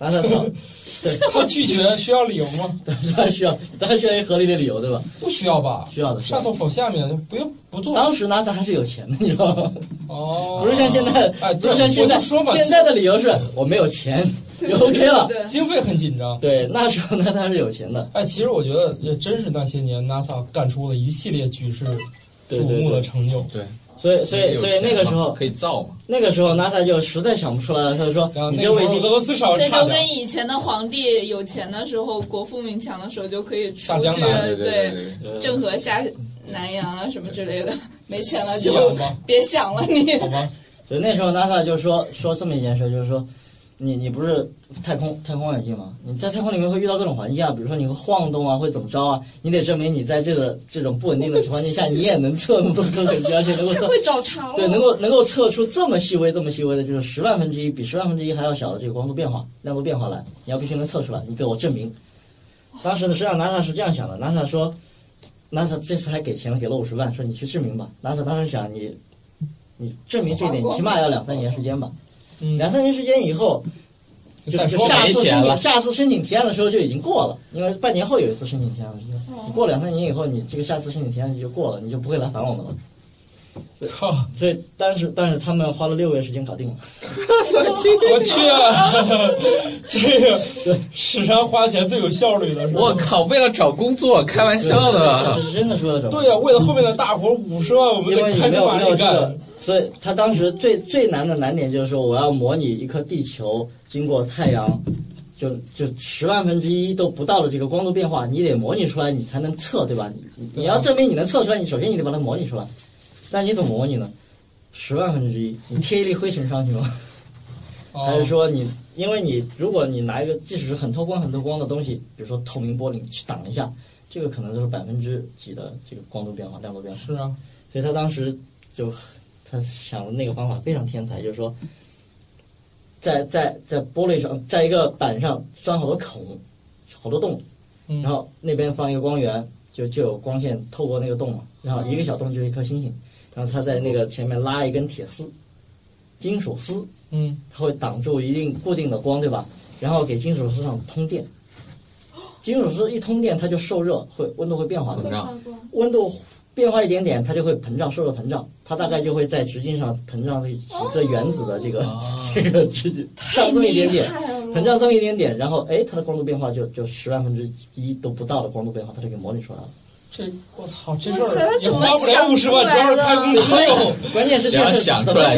Speaker 4: ，NASA 找
Speaker 7: 他拒绝需要理由吗？
Speaker 4: 当然需要当然需要一个合理的理由对吧？
Speaker 7: 不需要吧？
Speaker 4: 需要的需要
Speaker 7: 上
Speaker 4: 的。
Speaker 7: 头否下面，不用不做。
Speaker 4: 当时 NASA 还是有钱的，你知道吗？
Speaker 7: 哦，
Speaker 4: 不是像现在，
Speaker 7: 哎
Speaker 4: 不
Speaker 7: 对
Speaker 4: 是像现
Speaker 7: 我
Speaker 4: 在，
Speaker 7: 就说嘛
Speaker 4: 现在的理由是我没有钱，就 OK 了。
Speaker 10: 对，
Speaker 7: 经费很紧张。
Speaker 4: 对，那时候 NASA 是有钱的。
Speaker 7: 哎，其实我觉得也真是那些年 NASA 干出了一系列举世
Speaker 4: 对
Speaker 7: 瞩
Speaker 4: 对
Speaker 7: 目
Speaker 4: 对
Speaker 7: 的成就。
Speaker 4: 所以，所以，
Speaker 2: 有
Speaker 4: 所
Speaker 2: 钱
Speaker 4: 以那个
Speaker 2: 嘛
Speaker 4: 时候，
Speaker 2: 可以造嘛，
Speaker 4: 那个时候 NASA 就实在想不出来了，他就说
Speaker 7: 然后：“
Speaker 4: 你
Speaker 7: 那
Speaker 4: 这
Speaker 7: 个
Speaker 4: 卫
Speaker 7: 时候
Speaker 4: 星
Speaker 7: 俄罗斯少
Speaker 3: 这
Speaker 7: 差点
Speaker 3: 就跟以前的皇帝有钱的时候，国富民强的时候就可以出
Speaker 7: 下江
Speaker 3: 去
Speaker 7: 南
Speaker 2: 啊对对对，
Speaker 3: 郑和下南洋啊什么之类的，没钱了
Speaker 7: 夕
Speaker 3: 就
Speaker 7: 阳 吧，
Speaker 3: 别想了你。
Speaker 7: 好吧，
Speaker 4: 就那时候 NASA 就说说这么一件事，就是说，你你不是太空太空望远镜吗？你在太空里面会遇到各种环境啊，比如说你会晃动啊，会怎么着啊？你得证明你在这个这种不稳定的环境下，你也能测那么多颗恒 星，而且能够测
Speaker 3: 会找茬
Speaker 2: 哦
Speaker 3: 了。
Speaker 4: 对能够能够测出这么细微这么细微的，就是十万分之一比十万分之一还要小的这个光度变化亮度变化来，你要必须能测出来，你给我证明。当时呢，实际上 NASA 是这样想的，NASA 说，NASA 这次还给钱了，给了五十万，说你去证明吧。NASA 当时想你。你证明这一点起码要两三年时间吧。
Speaker 7: 嗯
Speaker 4: 两三年时间以后，就
Speaker 7: 再
Speaker 4: 就
Speaker 7: 说
Speaker 4: 下
Speaker 2: 没
Speaker 4: 次
Speaker 2: 钱
Speaker 4: 申
Speaker 2: 了
Speaker 4: 请下次申请提案的时候就已经过了，因为半年后有一次申请提案的时间，
Speaker 2: 哦
Speaker 4: 你过两三年以后，你这个下次申请提案期就过了，你就不会来烦我们了。
Speaker 7: 靠，
Speaker 4: 所以，但是但是他们花了六个月时间搞定了。
Speaker 7: 我去啊！ 这个史上花钱最有效率的是吧
Speaker 2: 我靠，为了找工作，开玩笑
Speaker 4: 这
Speaker 2: 的。
Speaker 4: 是真的说的什么？
Speaker 7: 对呀、啊为了后面的大活五十万，我们
Speaker 4: 因为
Speaker 7: 得
Speaker 4: 你
Speaker 7: 开
Speaker 4: 没
Speaker 7: 心
Speaker 4: 有
Speaker 7: 马
Speaker 4: 没有
Speaker 7: 力
Speaker 4: 这
Speaker 7: 干
Speaker 4: 个。，所以他当时最最难的难点就是说，我要模拟一颗地球经过太阳，就就十万分之一都不到的这个光度变化，你得模拟出来，你才能测，对吧？你你要证明你能测出来，你首先你得把它模拟出来，但你怎么模拟呢？十万分之一，你贴一粒灰尘上去吗？
Speaker 1: 哦
Speaker 4: 还是说你，因为你如果你拿一个即使是很透光很透光的东西，比如说透明玻璃你去挡一下，这个可能就是百分之几的这个光度变化、亮度变化。
Speaker 7: 是啊，
Speaker 4: 所以他当时就他想的那个方法非常天才，就是说，在在在玻璃上，在一个板上钻好多孔，好多洞，
Speaker 7: 嗯
Speaker 4: 然后那边放一个光源，就就有光线透过那个洞嘛，然后一个小洞就是一颗星星，然后他在那个前面拉一根铁丝，金属丝，
Speaker 7: 嗯，
Speaker 4: 它会挡住一定固定的光，对吧？然后给金属丝上通电，金属丝一通电，它就受热，会温度会变化的
Speaker 2: 膨。胀，
Speaker 4: 温度变化一点点，它就会膨胀，受热膨胀，它大概就会在直径上膨胀这一个原子的这个、
Speaker 2: 哦啊
Speaker 4: 这个直径上这么一点点，膨胀这么一点点，然后哎，它的光度变化就就十万分之一都不到的光度变化，它就给模拟出 来了。
Speaker 7: 这我操，这事
Speaker 5: 哇塞
Speaker 7: 儿
Speaker 5: 他
Speaker 7: 也
Speaker 5: 怎么
Speaker 7: 花不了五十万，主要是开工资用。
Speaker 4: 关键是这
Speaker 2: 只要
Speaker 4: 个是
Speaker 2: 想
Speaker 4: 怎
Speaker 2: 出
Speaker 4: 么
Speaker 2: 来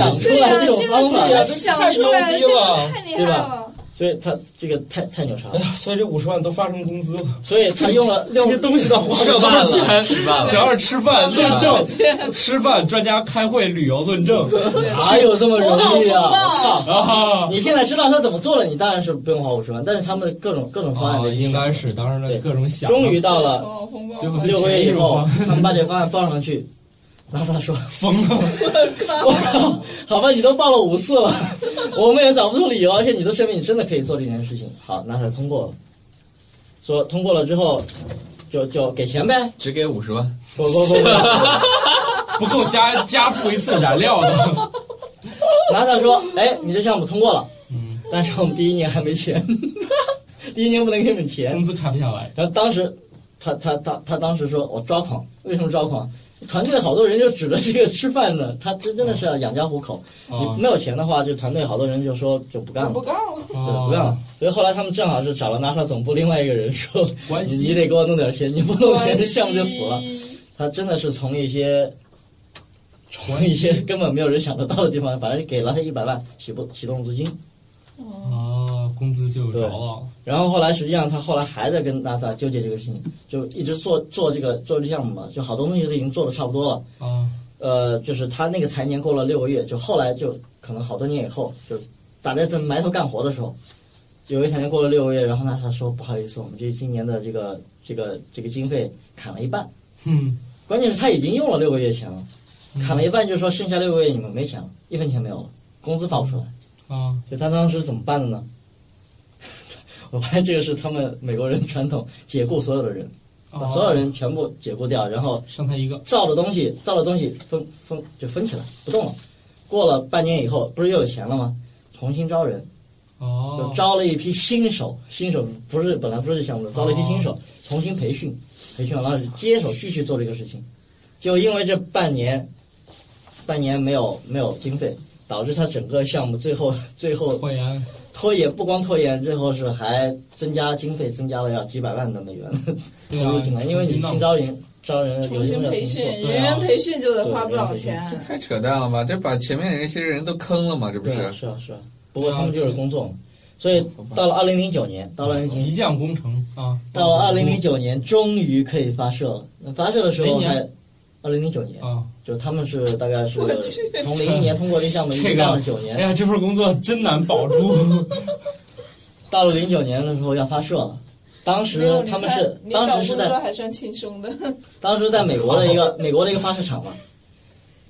Speaker 2: 就
Speaker 4: 想
Speaker 2: 行
Speaker 4: 出
Speaker 2: 啊
Speaker 4: 来的这种方法
Speaker 7: 对呀
Speaker 4: 的，
Speaker 7: 这
Speaker 5: 想出来的，
Speaker 7: 太
Speaker 5: 这
Speaker 7: 牛逼
Speaker 5: 个
Speaker 7: 了
Speaker 5: 太厉害了。
Speaker 4: 所以它这个太太牛叉
Speaker 7: 哎
Speaker 4: 了
Speaker 7: 呀，，所以这五十万都发成工资了，
Speaker 4: 所以它用了六
Speaker 7: 这些东西都花
Speaker 2: 吃
Speaker 7: 了
Speaker 2: 饭了，吃饭
Speaker 7: 主
Speaker 2: 了。
Speaker 7: 要是吃 饭、论证、吃饭、专家开会、旅游、论证
Speaker 4: 哪有这么容易啊？我靠！
Speaker 7: 啊。
Speaker 4: 你现在知道他怎么做了，你当然是不用花五十万，但是他们各种各种方案
Speaker 7: 啊，
Speaker 4: 的
Speaker 7: 应该是，当然了，
Speaker 4: 对
Speaker 7: 各种想。
Speaker 4: 终于到了
Speaker 7: 最后
Speaker 4: 六个月以 后
Speaker 7: 便宜，
Speaker 4: 他们把这方案报上去，然后他说
Speaker 7: 疯了，：“
Speaker 4: 我靠，好吧，你都报了五次了， 我们也找不出理由，而且你都证明你真的可以做这件事情。”好，那他通过了，说通过了之后，就就给 钱呗，
Speaker 2: 只给五十万，
Speaker 4: 不不不，
Speaker 7: 不够加加注一次燃料的。
Speaker 4: 然后他说：“哎，你这项目通过了，
Speaker 7: 嗯，
Speaker 4: 但是我们第一年还没钱， 第一年不能给你们钱。”
Speaker 7: 工资开不下来。
Speaker 4: 然后当时他他他他当时说我抓狂，为什么抓狂？团队好多人就指着这个吃饭呢，他真真的是要养家糊口。
Speaker 7: 哦
Speaker 4: 你没有钱的话，就团队好多人就说就不干了，
Speaker 10: 不干了，
Speaker 1: 哦
Speaker 7: 哦
Speaker 4: 对不干了。所以后来他们正好是找了 NASA 总部另外一个人说，
Speaker 1: 哎
Speaker 7: 关
Speaker 4: 你
Speaker 7: 系
Speaker 4: 你得给我弄点钱，你不弄钱这项目就死了
Speaker 10: 关。系。
Speaker 4: 他真的是从一些从一些根本没有人想得到的地方，反正给了他一百万启不启动资金。
Speaker 7: 啊，工资就着了。
Speaker 4: 然后后来实际上他后来还在跟 NASA 纠结这个事情，就一直做做这个做这项目嘛，就好多东西都已经做的差不多了。
Speaker 7: 啊，
Speaker 4: 呃，就是他那个财年过了六个月，就后来就可能好多年以后，就大家在埋头干活的时候，有一财年过了六个月，然后 NASA 说不好意思，我们这今年的这个这个这个经费砍了一半，
Speaker 7: 嗯，
Speaker 4: 关键是他已经用了六个月钱了，砍了一半就说剩下六个月你们没钱了，一分钱没有了，工资发不出来。
Speaker 7: 啊，
Speaker 4: 就他当时怎么办的呢？ 我发现这个是他们美国人传统，解雇所有的人，
Speaker 1: 哦
Speaker 4: 把所有人全部解雇掉，然后
Speaker 7: 哦剩他一个。
Speaker 4: 造的东西，造的东西分分就分起来不动了。过了半年以后，不是又有钱了吗？重新招人，
Speaker 7: 哦
Speaker 4: 就，招了一批新手，新手不是本来不是项目的，招了一批新手，重新培训，培训完了接手继续做这个事情。就因为这半年，半年没有没有经费，导致他整个项目最后最后
Speaker 7: 拖延。
Speaker 4: 拖延不光拖延，最后是还增加经费，增加了要几百万的美元
Speaker 7: 对
Speaker 4: 投
Speaker 7: 啊
Speaker 4: 入进来，，因为
Speaker 7: 重
Speaker 4: 你新
Speaker 7: 新弄
Speaker 4: 招人招人有
Speaker 10: 重新培训，人
Speaker 7: 对啊
Speaker 10: 员培训就得花不少钱。
Speaker 2: 这太扯淡了吧？这把前面人这些人都坑了嘛？这不
Speaker 4: 对
Speaker 2: 是？
Speaker 4: 啊，是啊是啊，不过他们就是工作嘛。所以
Speaker 2: 好吧
Speaker 4: 到了二零零九年，到了
Speaker 1: 嗯
Speaker 7: 一将功成啊！
Speaker 4: 到了二零零九年，终于可以发射了。那发射的时候
Speaker 7: 哪一
Speaker 4: 还二零零九
Speaker 1: 哦
Speaker 4: 年，
Speaker 7: 啊，
Speaker 4: 就他们是大概是
Speaker 10: 我去
Speaker 4: 从零一年通过这项目一
Speaker 7: 这
Speaker 4: 直
Speaker 7: 个
Speaker 4: 干了九
Speaker 7: 哎
Speaker 4: 年，
Speaker 7: 呀，这份工作真难保住。
Speaker 4: 到了零九年的时候要发射了。当
Speaker 10: 没
Speaker 4: 时
Speaker 10: 有你
Speaker 4: 他们
Speaker 10: 看
Speaker 4: 是
Speaker 10: 你
Speaker 4: 当
Speaker 10: 找
Speaker 4: 时是
Speaker 10: 工
Speaker 4: 在
Speaker 10: 作还算轻松的，
Speaker 4: 当时在美国的一个美国的一个发射场嘛，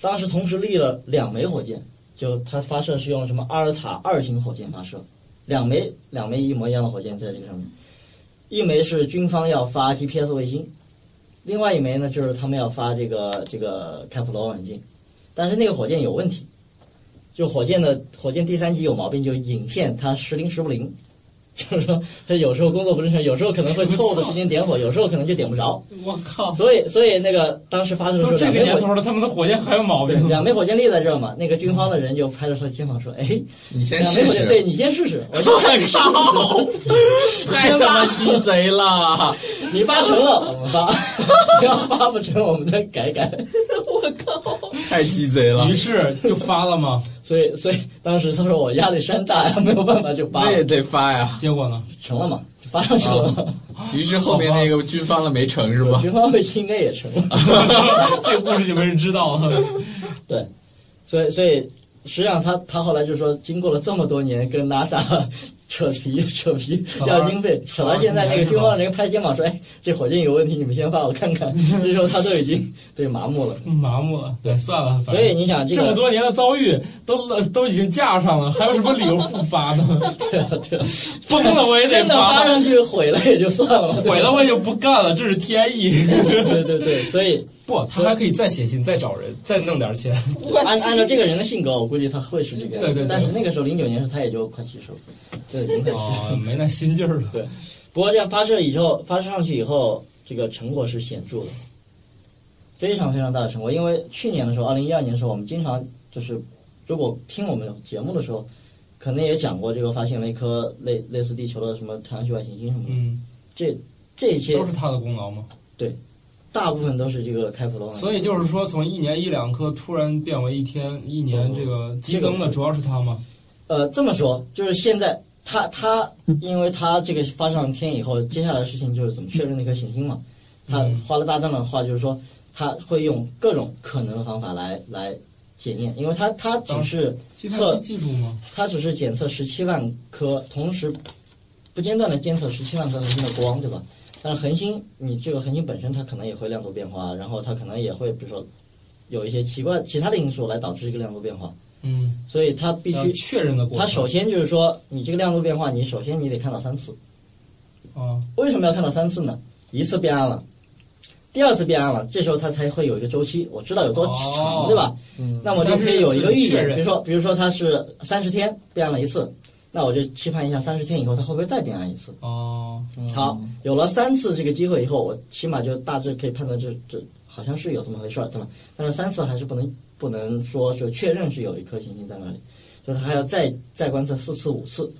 Speaker 4: 当时同时立了两枚火箭，就它发射是用什么阿尔塔二型火箭发射，两枚两枚一模一样的火箭在这个上面，一枚是军方要发 GPS 卫星，另外一枚呢就是他们要发这个这个开普罗望远镜，但是那个火箭有问题，就火箭的火箭第三级有毛病，就引线它时灵时不灵，就是说它有时候工作不正常，有时候可能会错误的时间点火，有时候可能就点不着。
Speaker 7: 我靠，
Speaker 4: 哦所以所以那个当时发射的时候，
Speaker 7: 都这
Speaker 4: 两
Speaker 7: 个
Speaker 4: 枚
Speaker 7: 年
Speaker 4: 火
Speaker 7: 头了，他们的火箭还有毛
Speaker 4: 对
Speaker 7: 病？
Speaker 4: 两枚火箭立在这儿嘛，那个军方的人就拍着他的肩膀说：“哎，
Speaker 2: 你先
Speaker 4: 两枚
Speaker 2: 试
Speaker 4: 火箭，对
Speaker 2: 试。
Speaker 4: 你先试试，我
Speaker 2: 我靠！太他妈鸡贼了！
Speaker 4: 你发成了我们发， 要发不成我们再改改。”
Speaker 2: 太鸡贼了
Speaker 7: 于！是就发了嘛，
Speaker 4: 所以所以当时他说我压力山大呀，没有办法就发
Speaker 2: 那也得发呀。
Speaker 7: 结果呢？
Speaker 4: 成了嘛，就发上去了。
Speaker 2: 于是后面那个军方的没成是吧？
Speaker 4: 军方会应该也成了，
Speaker 7: 这故事你们是知道的，
Speaker 4: 所以所以实际上他他后来就说，经过了这么多年跟 NASA 扯皮扯皮
Speaker 7: 扯了
Speaker 4: 要经费，扯到现在那个军方人拍肩膀说，哎，这火箭有问题，你们先发我看看。这时候他都已经对麻木了。
Speaker 7: 麻木了。对，算了，反
Speaker 4: 所以
Speaker 7: 正
Speaker 4: 你想这
Speaker 7: 这么
Speaker 4: 个，
Speaker 7: 多年的遭遇都呃都已经架上了，还有什么理由不发呢？
Speaker 4: 对啊对啊，
Speaker 7: 崩了我也得
Speaker 4: 真的发上去毁了也就算了，
Speaker 7: 毁了我也就不干了，这是天 意。
Speaker 4: 对对对，所以
Speaker 1: 不，他还可以再写信，再找人，再弄点 钱。
Speaker 4: 按按照这个人的性格，我估计他会是这个样子。
Speaker 7: 对对对
Speaker 4: 但是那个时候零九年时，他也就快七十了，对，已经快70了
Speaker 7: 哦，没那心劲儿了。
Speaker 4: 不过这样发射以后，发射上去以后，这个成果是显著的，非常非常大的成果。因为去年的时候，二零一二年的时候，我们经常就是如果听我们节目的时候，可能也讲过这个发现了一颗类类似地球的什么太阳系外行星什么的，
Speaker 7: 嗯，
Speaker 4: 这这些
Speaker 7: 都是他的功劳嘛。
Speaker 4: 大部分都是这个开普勒望远镜。
Speaker 7: 所以就是说，从一年一两颗突然变为一天一年这个
Speaker 4: 嗯
Speaker 7: 激增的，主要是他嘛。
Speaker 4: 呃，这么说就是现在他他，因为他这个发上天以后，接下来的事情就是怎么确认那颗行星嘛。他
Speaker 7: 嗯
Speaker 4: 花了大量的话，就是说他会用各种可能的方法来来检验，因为他他只是
Speaker 7: 计算机技术嘛，
Speaker 4: 他只是检测十七万颗，同时不间断的监测十七万颗恒星的光，对吧？但是恒星，你这个恒星本身它可能也会亮度变化，然后它可能也会比如说有一些奇怪其他的因素来导致这个亮度变化，
Speaker 7: 嗯，
Speaker 4: 所以它必
Speaker 7: 要
Speaker 4: 须
Speaker 7: 确认的过
Speaker 4: 它
Speaker 7: 程。
Speaker 4: 首先就是说，你这个亮度变化，你首先你得看到三次。
Speaker 7: 啊，
Speaker 4: 为什么要看到三次呢？一次变暗了，第二次变暗了，这时候它才会有一个周期，我知道有多长，
Speaker 7: 哦
Speaker 4: 对吧？
Speaker 2: 嗯，
Speaker 4: 那我就可以有一个预
Speaker 7: 确
Speaker 4: 言，
Speaker 7: 认
Speaker 4: 比如说，比如说它是三十天变暗了一次，那我就期盼一下三十天以后它会不会再变暗一次。
Speaker 7: 哦，
Speaker 4: 好，
Speaker 2: 嗯
Speaker 4: 有了三次这个机会以后，我起码就大致可以判断这这好像是有这么回事儿，对吧？但是三次还是不能不能说是确认是有一颗行星在那里，就是还要再再观测四次五次，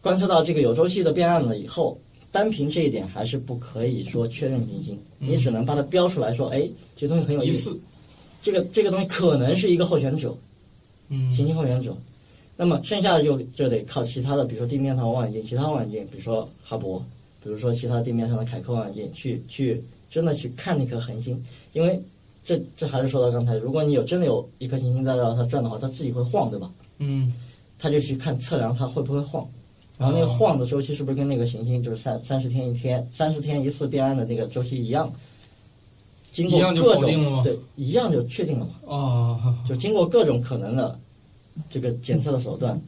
Speaker 4: 观测到这个有周期的变暗了以后，单凭这一点还是不可以说确认行星，你只能把它标出来说，哎，这东西很有
Speaker 7: 一
Speaker 4: 嗯意思，
Speaker 7: 次，
Speaker 4: 这个这个东西可能是一个候选者，
Speaker 7: 嗯，
Speaker 4: 行星后援者。那么剩下的就就得靠其他的，比如说地面上的望远镜，其他望远镜，比如说哈勃，比如说其他地面上的凯克望远镜，去去真的去看那颗恒星，因为这这还是说到刚才，如果你有真的有一颗行星在绕它转的话，它自己会晃，对吧？
Speaker 7: 嗯，
Speaker 4: 它就去看测量它会不会晃，然后那个晃的周期是不是跟那个行星就是三三十天一天三十天一次变暗的那个周期一样？经过
Speaker 7: 一样就
Speaker 4: 各
Speaker 7: 否定了
Speaker 4: 种
Speaker 7: 吗
Speaker 4: 对一样就确定了嘛？
Speaker 7: 哦，
Speaker 4: 就经过各种可能的这个检测的手段，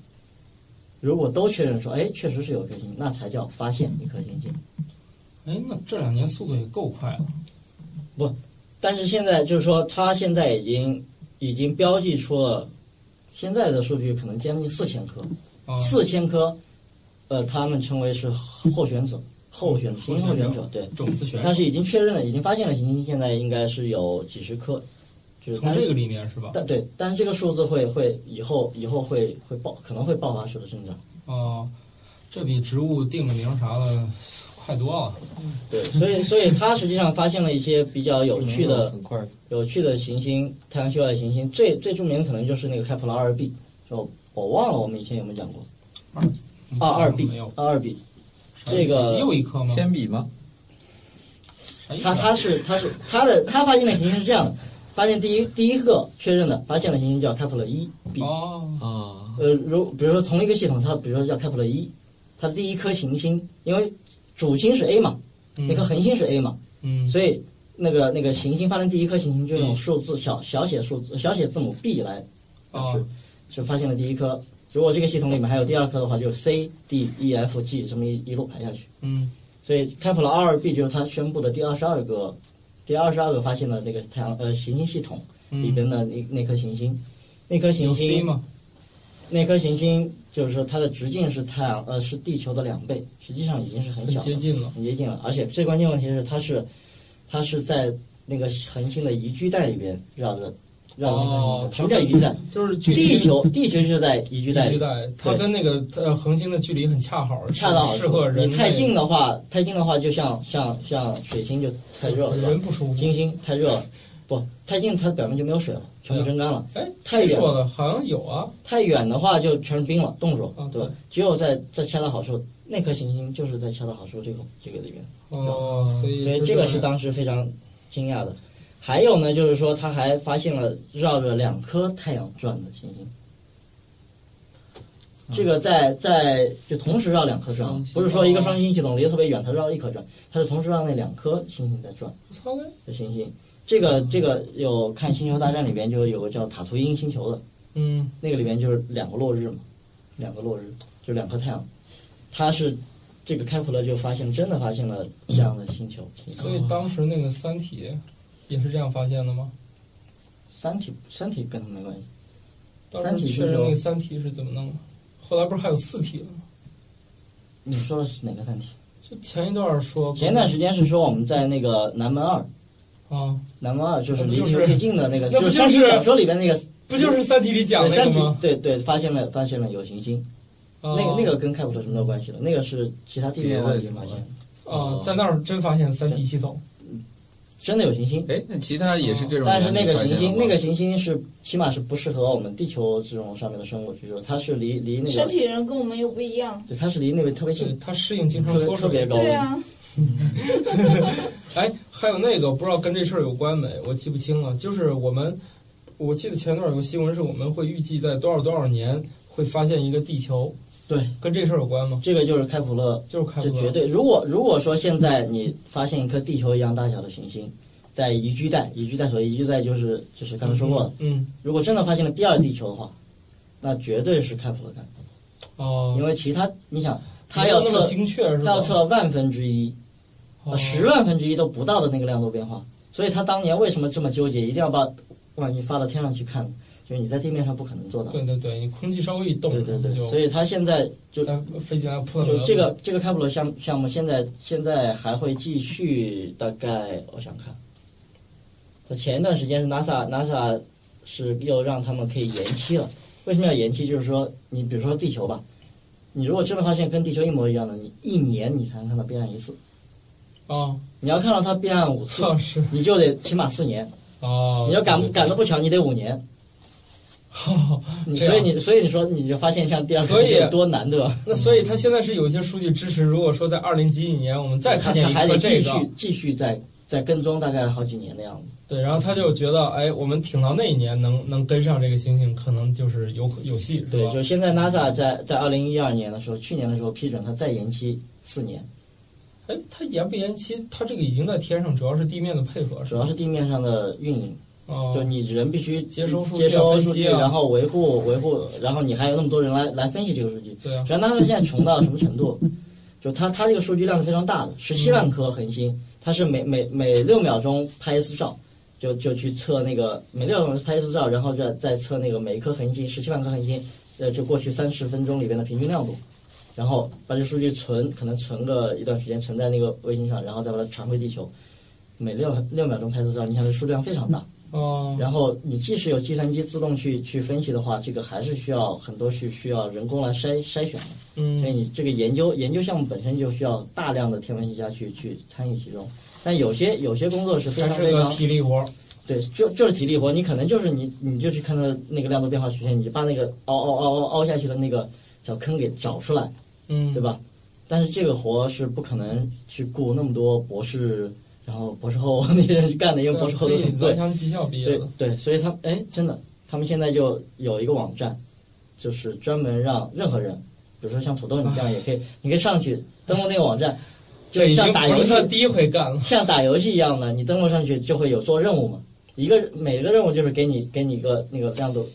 Speaker 4: 如果都确认说，哎，确实是有一颗行星，那才叫发现一颗行星。
Speaker 7: 哎，那这两年速度也够快了。
Speaker 4: 但是现在就是说，它现在已经已经标记出了现在的数据可能将近四千颗，
Speaker 7: 啊，
Speaker 4: 四千颗，呃，他们称为是候选者，候选行星候选者，对。
Speaker 7: 种子选
Speaker 4: 但是已经确认了，已经发现了行星，现在应该是有几十颗，就是
Speaker 7: 从
Speaker 4: 单
Speaker 7: 这个里面是吧？
Speaker 4: 但对，但是这个数字会会以后以后会会爆，可能会爆发式的增长。
Speaker 1: 啊
Speaker 7: 哦，这比植物定个名啥的快多了。
Speaker 4: 对，所以所以他实际上发现了一些比较有趣
Speaker 7: 嗯
Speaker 4: 的、
Speaker 2: 很快，
Speaker 4: 有趣的行星，太阳系外的行星。最最著名的可能就是那个开普勒二 b，就我忘了我们以前有没有讲过二
Speaker 1: 嗯
Speaker 4: 二 b
Speaker 7: 啊没有
Speaker 4: 二二 b，这个
Speaker 7: 又一颗吗？
Speaker 2: 铅笔吗？
Speaker 7: 啥意思
Speaker 4: 它
Speaker 7: 啊
Speaker 4: 它是它是它的它发现的行星是这样的，发现第一第一个确认的发现的行星叫开普勒一 b，
Speaker 7: 哦，
Speaker 2: 啊，
Speaker 4: 呃，如比如说同一个系统，它比如说叫开普勒一，它的第一颗行星，因为主星是 A 嘛，那颗恒星是 A 嘛，
Speaker 7: 嗯，
Speaker 4: 所以那个那个行星发生第一颗行星就用数字小小写数字小写字母 B 来表示
Speaker 7: 哦，
Speaker 4: 就发现了第一颗。如果这个系统里面还有第二颗的话，就 C D E F G 这么一一路排下去。
Speaker 7: 嗯，
Speaker 4: 所以开普勒二 b 就是他宣布的第二十二个第二十二个发现的那个太阳呃行星系统，
Speaker 2: 里
Speaker 4: 里边的那那颗行星，那颗行
Speaker 1: 嗯有 C
Speaker 4: 星
Speaker 1: 吗？
Speaker 4: 那颗行星就是说它的直径是太阳呃是地球的两倍，实际上已经是很
Speaker 1: 很
Speaker 4: 小
Speaker 1: 接
Speaker 4: 了，
Speaker 1: 近了。
Speaker 4: 很接近了。而且最关键问题是它是它是在那个恒星的宜居带里边绕着绕着那个
Speaker 1: 哦
Speaker 4: 恒星的什么叫宜居带？
Speaker 1: 就是距离
Speaker 4: 地球地球是在宜居带
Speaker 1: 地
Speaker 4: 里
Speaker 1: 区，带，它跟那个呃恒星的距离很恰好，
Speaker 4: 恰到好
Speaker 1: 适合
Speaker 4: 处。
Speaker 1: 人
Speaker 4: 你
Speaker 1: 类
Speaker 4: 太近的话，太近的话就像像像水星就太热了，是吧
Speaker 1: 人不舒服。
Speaker 4: 金星太热了，不太近它表面就没有水了，全部蒸干了。
Speaker 1: 哎，
Speaker 4: 太远
Speaker 1: 谁说的？好像有啊，
Speaker 4: 太远的话就全是冰了，冻住
Speaker 1: 啊
Speaker 4: 了，对吧？只有在在恰到好处，那颗行星就是在恰到好处这个这个里面，
Speaker 1: 哦，所以
Speaker 4: 所以这个是当时非常惊讶的。还有呢，就是说他还发现了绕着两颗太阳转的行星。这个在在就同时绕两颗转
Speaker 2: 双
Speaker 4: 啊
Speaker 2: 星，
Speaker 4: 不是说一个双星系统离得特别远，它绕一颗转，它是同时让那两颗星星在转。
Speaker 1: 我操嘞，
Speaker 4: 的行星。这个
Speaker 2: 嗯
Speaker 4: 这个有看《星球大战》里边就有个叫塔图因星球的，
Speaker 1: 嗯，
Speaker 4: 那个里边就是两个落日嘛，两个落日就两颗太阳，它是这个开普勒就发现真的发现了这样的星球。
Speaker 1: 所以当时那个《三体》也是这样发现的吗？
Speaker 4: 三体三体跟它没关系，
Speaker 1: 当时确
Speaker 4: 三体就是
Speaker 1: 认
Speaker 4: 说
Speaker 1: 那个《三体》是怎么弄的，后来不是还有四体了吗？
Speaker 4: 你说的是哪个三体？
Speaker 1: 就前一段说，
Speaker 4: 前一段时间是说我们在那个南门二，
Speaker 1: 啊，
Speaker 4: 南门二就是离
Speaker 1: 那不
Speaker 4: 地
Speaker 1: 就是
Speaker 4: 球最近的那个，
Speaker 1: 那不
Speaker 4: 是
Speaker 1: 就
Speaker 4: 三体
Speaker 1: 是
Speaker 4: 小说里边那个
Speaker 1: 不就是《三体》里讲
Speaker 4: 对
Speaker 1: 那
Speaker 4: 三
Speaker 1: 个
Speaker 4: 体
Speaker 1: 吗？
Speaker 4: 对对，发现了发现了有行星，
Speaker 1: 啊
Speaker 4: 那个那个跟开普勒是没有关系的，那个是其他地
Speaker 2: 别
Speaker 4: 理
Speaker 2: 的
Speaker 4: 望远
Speaker 2: 地
Speaker 4: 发
Speaker 2: 方
Speaker 4: 现的，呃
Speaker 1: 啊，在那儿真发现《三体》系统，
Speaker 4: 真的有行星。
Speaker 2: 哎，那其他也是这种
Speaker 4: 啊但是
Speaker 2: 原
Speaker 4: 那
Speaker 2: 理
Speaker 4: 个
Speaker 2: 发现
Speaker 4: 行
Speaker 2: 的
Speaker 4: 星，
Speaker 2: 吗，
Speaker 4: 那个行星是起码是不适合我们地球这种上面的生物居住，它是离离那
Speaker 3: 身
Speaker 4: 个，
Speaker 3: 体人跟我们又不一样。
Speaker 4: 对，它是离那边特别
Speaker 1: 对
Speaker 4: 近，
Speaker 1: 它适应经常
Speaker 4: 特别
Speaker 1: 脱
Speaker 4: 特
Speaker 1: 水
Speaker 4: 别。高
Speaker 3: 对
Speaker 4: 温。
Speaker 3: 啊，
Speaker 1: 哎，还有那个不知道跟这事儿有关没，我记不清了。就是我们，我记得前段有个新闻是我们会预计在多少多少年会发现一个地球，
Speaker 4: 对，
Speaker 1: 跟这事儿有关吗？
Speaker 4: 这个就是开普勒，
Speaker 1: 就是开普
Speaker 4: 这
Speaker 1: 勒
Speaker 4: 绝对。如果如果说现在你发现一颗地球一样大小的行星，在宜居带，宜居带所谓宜居带就是就是刚才说过的，
Speaker 1: 嗯，
Speaker 4: 如果真的发现了第二地球的话，那绝对是开普勒干的，
Speaker 1: 哦、
Speaker 4: 因为其他你想，它要
Speaker 1: 没有那么
Speaker 4: 测
Speaker 1: 精确是吧？
Speaker 4: 它要测万分之一，
Speaker 1: 哦
Speaker 4: 呃十万分之一都不到的那个亮度变化。所以他当年为什么这么纠结，一定要把望远镜发到天上去看？就是你在地面上不可能做到。
Speaker 1: 对对对，你空气稍微一动，
Speaker 4: 对对对，
Speaker 1: 就
Speaker 4: 所以他现在就
Speaker 1: 在飞机上扑腾
Speaker 4: 就这个这个开普勒项项目，现在现在还会继续，大概我想看，他前一段时间是 NASA NASA 是又让他们可以延期了。为什么要延期？就是说，你比如说地球吧，你如果真的发现跟地球一模一样的，你一年你才能看到变暗一次。
Speaker 1: 啊，
Speaker 4: 你要看到它变暗五次，
Speaker 1: 测试
Speaker 4: 你就得起码四年。
Speaker 1: 哦，
Speaker 4: 你要赶 赶得不巧，你得五年。
Speaker 1: 哦
Speaker 4: 你
Speaker 1: 这样
Speaker 4: 所以你所以你说你就发现像第二
Speaker 1: 所以
Speaker 4: 有多难，对吧？
Speaker 1: 那所以它现在是有一些数据支持，如果说在二零几几年我们再看见
Speaker 4: 他
Speaker 1: 一
Speaker 4: 还
Speaker 1: 颗
Speaker 4: 得
Speaker 1: 这
Speaker 4: 继
Speaker 1: 个，
Speaker 4: 续继续再再跟踪，大概好几年的样子。
Speaker 1: 对，然后他就觉得，哎，我们挺到那一年能能跟上这个星星，可能就是有有戏，是
Speaker 4: 对，
Speaker 1: 吧？
Speaker 4: 就现在 NASA 在在二零一二年的时候，去年的时候批准它再延期四年，
Speaker 1: 哎，它延不延期，它这个已经在天上，主要是地面的配合，是
Speaker 4: 主
Speaker 1: 吧？
Speaker 4: 要是地面上的运营，
Speaker 1: 哦
Speaker 4: 就，你人必须
Speaker 1: 接收数据
Speaker 4: 接收
Speaker 1: 分析
Speaker 4: 数据，
Speaker 1: 啊
Speaker 4: 然后维护维护，然后你还有那么多人来来分析这个数据。
Speaker 1: 对啊，
Speaker 4: 然后 NASA 现在穷到什么程度？就它它这个数据量是非常大的，十七万颗恒星，它是每每每六秒钟拍一次照，就就去测那个每六秒钟拍一次照，然后再再测那个每一颗恒星十七万颗恒星，呃，就过去三十分钟里边的平均亮度，然后把这数据存，可能存个一段时间，存在那个卫星上，然后再把它传回地球。每六六秒钟拍一次照，你看这数量非常大。
Speaker 1: 哦，
Speaker 4: 然后你即使有计算机自动去去分析的话，这个还是需要很多是需要人工来筛筛选的。所以
Speaker 1: 嗯，
Speaker 4: 你这个研究研究项目本身就需要大量的天文学家去去参与其中，但有些有些工作是非
Speaker 1: 还
Speaker 4: 常
Speaker 1: 是
Speaker 4: 非
Speaker 1: 个
Speaker 4: 常
Speaker 1: 体力活儿，
Speaker 4: 对，就就是体力活，你可能就是你你就去看它那个亮度变化曲线，你就把那个凹凹凹凹凹下去的那个小坑给找出来，
Speaker 1: 嗯，
Speaker 4: 对？吧？但是这个活是不可能去雇那么多博士，然后博士后 那些人去
Speaker 7: 啊
Speaker 4: 干的，因为博士后
Speaker 1: 可
Speaker 4: 都
Speaker 1: 以
Speaker 4: 很贵
Speaker 1: 南，翔技校毕业
Speaker 4: 对
Speaker 1: 的，
Speaker 4: 对，所以他们哎，真的，他们现在就有一个网站，就是专门让任何人，比如说像土豆你这样也可以，你可以上去登录那个网站，就
Speaker 1: 这已经
Speaker 4: 像打
Speaker 1: 不
Speaker 4: 游
Speaker 1: 是
Speaker 4: 戏
Speaker 1: 他第一回干了，
Speaker 4: 像打游戏一样的，你登录上去就会有做任务嘛。一个每个任务就是给你给你一个那个亮度，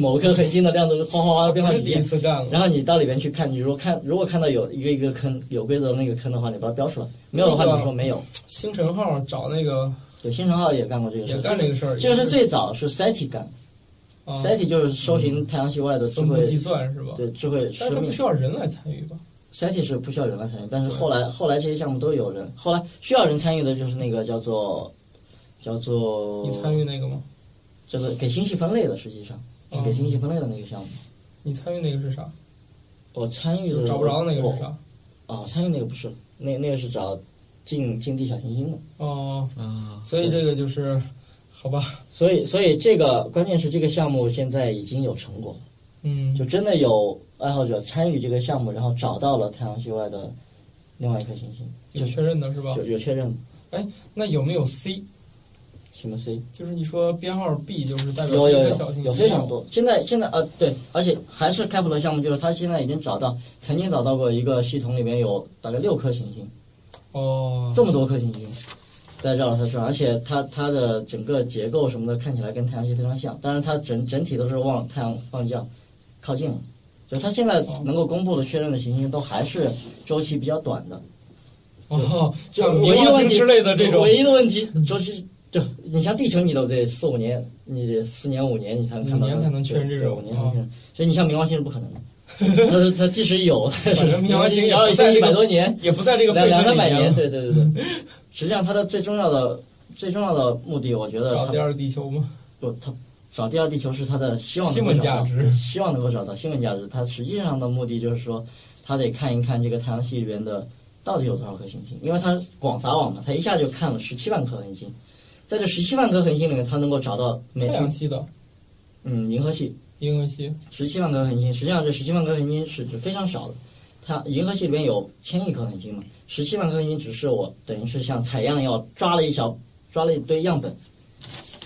Speaker 4: 某个恒星的亮度哗哗哗的变
Speaker 1: 不
Speaker 4: 化
Speaker 1: 是
Speaker 4: 体
Speaker 1: 第一
Speaker 4: 验，
Speaker 1: 次干了。
Speaker 4: 然后你到里边去看，你如果看如果看到有一个一个坑有规则的那个坑的话，你把它标出来；没有的话，
Speaker 1: 那个
Speaker 4: 你说没有。
Speaker 1: 星辰号找那个
Speaker 4: 对，新程浩也干过这个事
Speaker 7: 也
Speaker 4: 情。
Speaker 7: 干这个事儿，
Speaker 4: 这个是最早是 SETI 干
Speaker 7: 啊
Speaker 4: ，SETI 就是搜寻太阳系外的智
Speaker 7: 分布
Speaker 4: 慧，
Speaker 7: 计算是吧？
Speaker 4: 对智慧
Speaker 7: 嗯但
Speaker 4: 生
Speaker 7: 是它不
Speaker 4: 命。
Speaker 7: 需要人来参与吧？
Speaker 4: SETI 是不需要人来参与，但是后来后来这些项目都有人，后来需要人参与的就是那个叫做叫做
Speaker 7: 你参与那个吗？
Speaker 4: 叫做给星系分类的，实际上是给星系分类的那个项目。
Speaker 7: 你参与那个是啥？
Speaker 4: 我参与
Speaker 7: 哦就
Speaker 4: 的
Speaker 7: 找不着那个
Speaker 4: 我
Speaker 7: 是啥？
Speaker 4: 哦，参与那个不是，那那个是找近近地小行星的。
Speaker 7: 哦，
Speaker 2: 啊，
Speaker 7: 所以这个就是，好吧，
Speaker 4: 所以所以这个关键是这个项目现在已经有成果，
Speaker 7: 嗯，
Speaker 4: 就真的有爱好者参与这个项目，然后找到了太阳系外的另外一颗行星，
Speaker 7: 有确认的是吧？
Speaker 4: 有有确认
Speaker 7: 那有没有 C？
Speaker 4: 什么 C
Speaker 7: 就是你说编号 B 就是代表
Speaker 4: 有有
Speaker 7: 一个
Speaker 4: 有
Speaker 7: 小型
Speaker 4: 有非常多。现在现在啊对，而且还是开普勒项目，就是他现在已经找到曾经找到过一个系统里面有大概六颗行星，
Speaker 7: 哦，
Speaker 4: 这么多颗行星在绕着它转，而且它它的整个结构什么的看起来跟太阳系非常像，当然它整整体都是往太阳方向靠近了。就它现在
Speaker 7: 哦
Speaker 4: 能够公布的确认的行星都还是周期比较短的，
Speaker 7: 哦，
Speaker 4: 就
Speaker 7: 像
Speaker 4: 唯
Speaker 7: 冥
Speaker 4: 一的
Speaker 7: 王
Speaker 4: 问
Speaker 7: 星
Speaker 4: 题
Speaker 7: 之类的这种
Speaker 4: 唯一的问题周期就你像地球，你都得四五年，你得四年五年你才能看到
Speaker 7: 五
Speaker 4: 它，
Speaker 7: 年才能确认这种啊
Speaker 4: 对对五年才能确认。所以你像冥王星是不可能的，它是它即使有，但是
Speaker 7: 反正冥 王星也
Speaker 4: 也
Speaker 7: 不
Speaker 4: 要
Speaker 7: 在这
Speaker 4: 一
Speaker 7: 个
Speaker 4: 百多年，
Speaker 7: 也不在这个
Speaker 4: 两
Speaker 7: 备
Speaker 4: 两
Speaker 7: 份
Speaker 4: 三
Speaker 7: 里啊
Speaker 4: 百
Speaker 7: 面
Speaker 4: 年，
Speaker 7: 了
Speaker 4: 对对对对。 实际上，它的最重要的最重要的目的，我觉得
Speaker 7: 找
Speaker 4: 它
Speaker 7: 第二地球嘛，
Speaker 4: 不，它找第二地球是它的希望
Speaker 7: 新
Speaker 4: 能够
Speaker 7: 闻
Speaker 4: 找
Speaker 7: 价
Speaker 4: 到，
Speaker 7: 值
Speaker 4: 希望能够找到新闻价值。它实际上的目的就是说，它得看一看这个太阳系里边的到底有多少颗行星，因为它广撒网嘛，它一下就看了十七万颗恒星，在这十七万颗恒星里面，它能够找到每
Speaker 7: 太阳系的
Speaker 4: 嗯银河系
Speaker 7: 银河系，
Speaker 4: 十七万颗恒星，实际上这十七万颗恒星是指非常少的。它银河系里面有千亿颗恒星嘛，十七万颗恒星只是我等于是像采样一样抓了一小抓了一堆样本，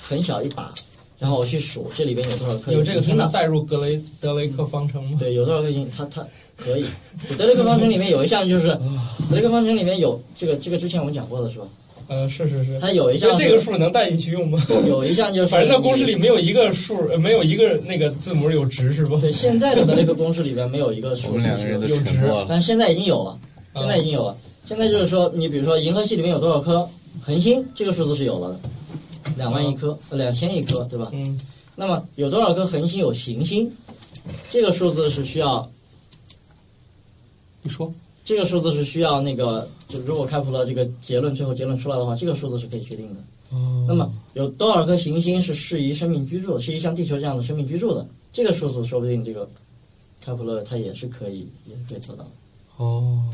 Speaker 4: 很小一把，然后我去数这里边有多少颗
Speaker 7: 有这个
Speaker 4: 行
Speaker 7: 才
Speaker 4: 星
Speaker 7: 能
Speaker 4: 呢？
Speaker 7: 带入格雷德雷克方程嘛？
Speaker 4: 嗯对，有多少颗行星？它它可以。就德雷克方程里面有一项就是，
Speaker 7: 啊
Speaker 4: 德雷克方程里面有这个这个之前我们讲过的是吧？
Speaker 7: 呃，是是是，
Speaker 4: 它有一
Speaker 7: 你觉
Speaker 4: 项
Speaker 7: 得这
Speaker 4: 是
Speaker 7: 个数能带进去用吗？
Speaker 4: 有一项就是，
Speaker 7: 反正那公式里没有一个数，呃没有一个那个字母有值是吧？
Speaker 4: 对现在的德雷克公式里边没有一个数
Speaker 2: 我们两个人都沉默了。
Speaker 4: 但是现在已经有了，
Speaker 7: 啊
Speaker 4: 现在已经有了。现在就是说，你比如说银河系里面有多少颗恒星，这个数字是有了的，两万亿颗，呃两千亿颗，对吧？
Speaker 7: 嗯，
Speaker 4: 那么有多少颗恒星有行星，这个数字是需要，
Speaker 7: 你说
Speaker 4: 这个数字是需要那个，就如果开普勒这个结论最后结论出来的话，这个数字是可以确定的。
Speaker 7: 哦
Speaker 4: 那么有多少颗行星是适宜生命居住的，适宜像地球这样的生命居住的？这个数字说不定这个开普勒他也是可以，也是可以做到的。
Speaker 7: 哦，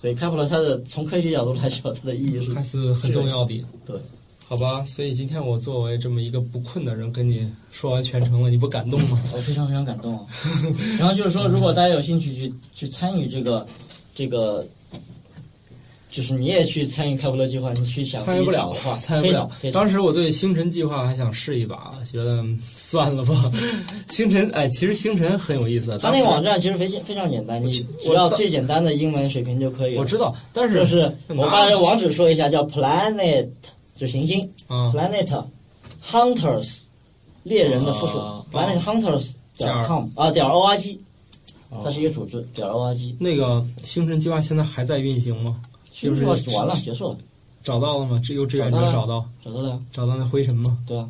Speaker 4: 所以开普勒它的从科学角度来说，它的意义 是
Speaker 1: 还是很重要的。
Speaker 4: 对，
Speaker 1: 好吧，所以今天我作为这么一个不困的人，跟你说完全程了，你不感动吗？
Speaker 4: 我非常非常感动啊。然后就是说，如果大家有兴趣去去参与这个这个，就是你也去参与开普勒计划，你去想
Speaker 1: 参与不了
Speaker 4: 的话，
Speaker 1: 参与不了
Speaker 4: 非常非。常
Speaker 1: 当时我对星辰计划还想试一把，觉得嗯算了吧。 星辰，哎，其实星辰很有意思。啊
Speaker 4: 它那个网站其实非非常简单，你只要最简单的英文水平就可以了。
Speaker 1: 我知道，但
Speaker 4: 就是是我把这个网址说一下，叫 planet，就行星
Speaker 1: 啊，
Speaker 4: planet hunters 猎人的附属
Speaker 2: 啊
Speaker 4: planet hunters 点 com 啊点 org，它
Speaker 1: 哦
Speaker 4: 是一个组织点 org。
Speaker 1: 那个星辰计划现在还在运行吗？
Speaker 4: 就
Speaker 1: 就是
Speaker 4: 是完了，结束了，
Speaker 1: 找到了吗？这有志愿者
Speaker 4: 找
Speaker 1: 找
Speaker 4: 到
Speaker 1: 到
Speaker 4: 找到了呀，
Speaker 1: 找到那灰尘吗？
Speaker 4: 对啊，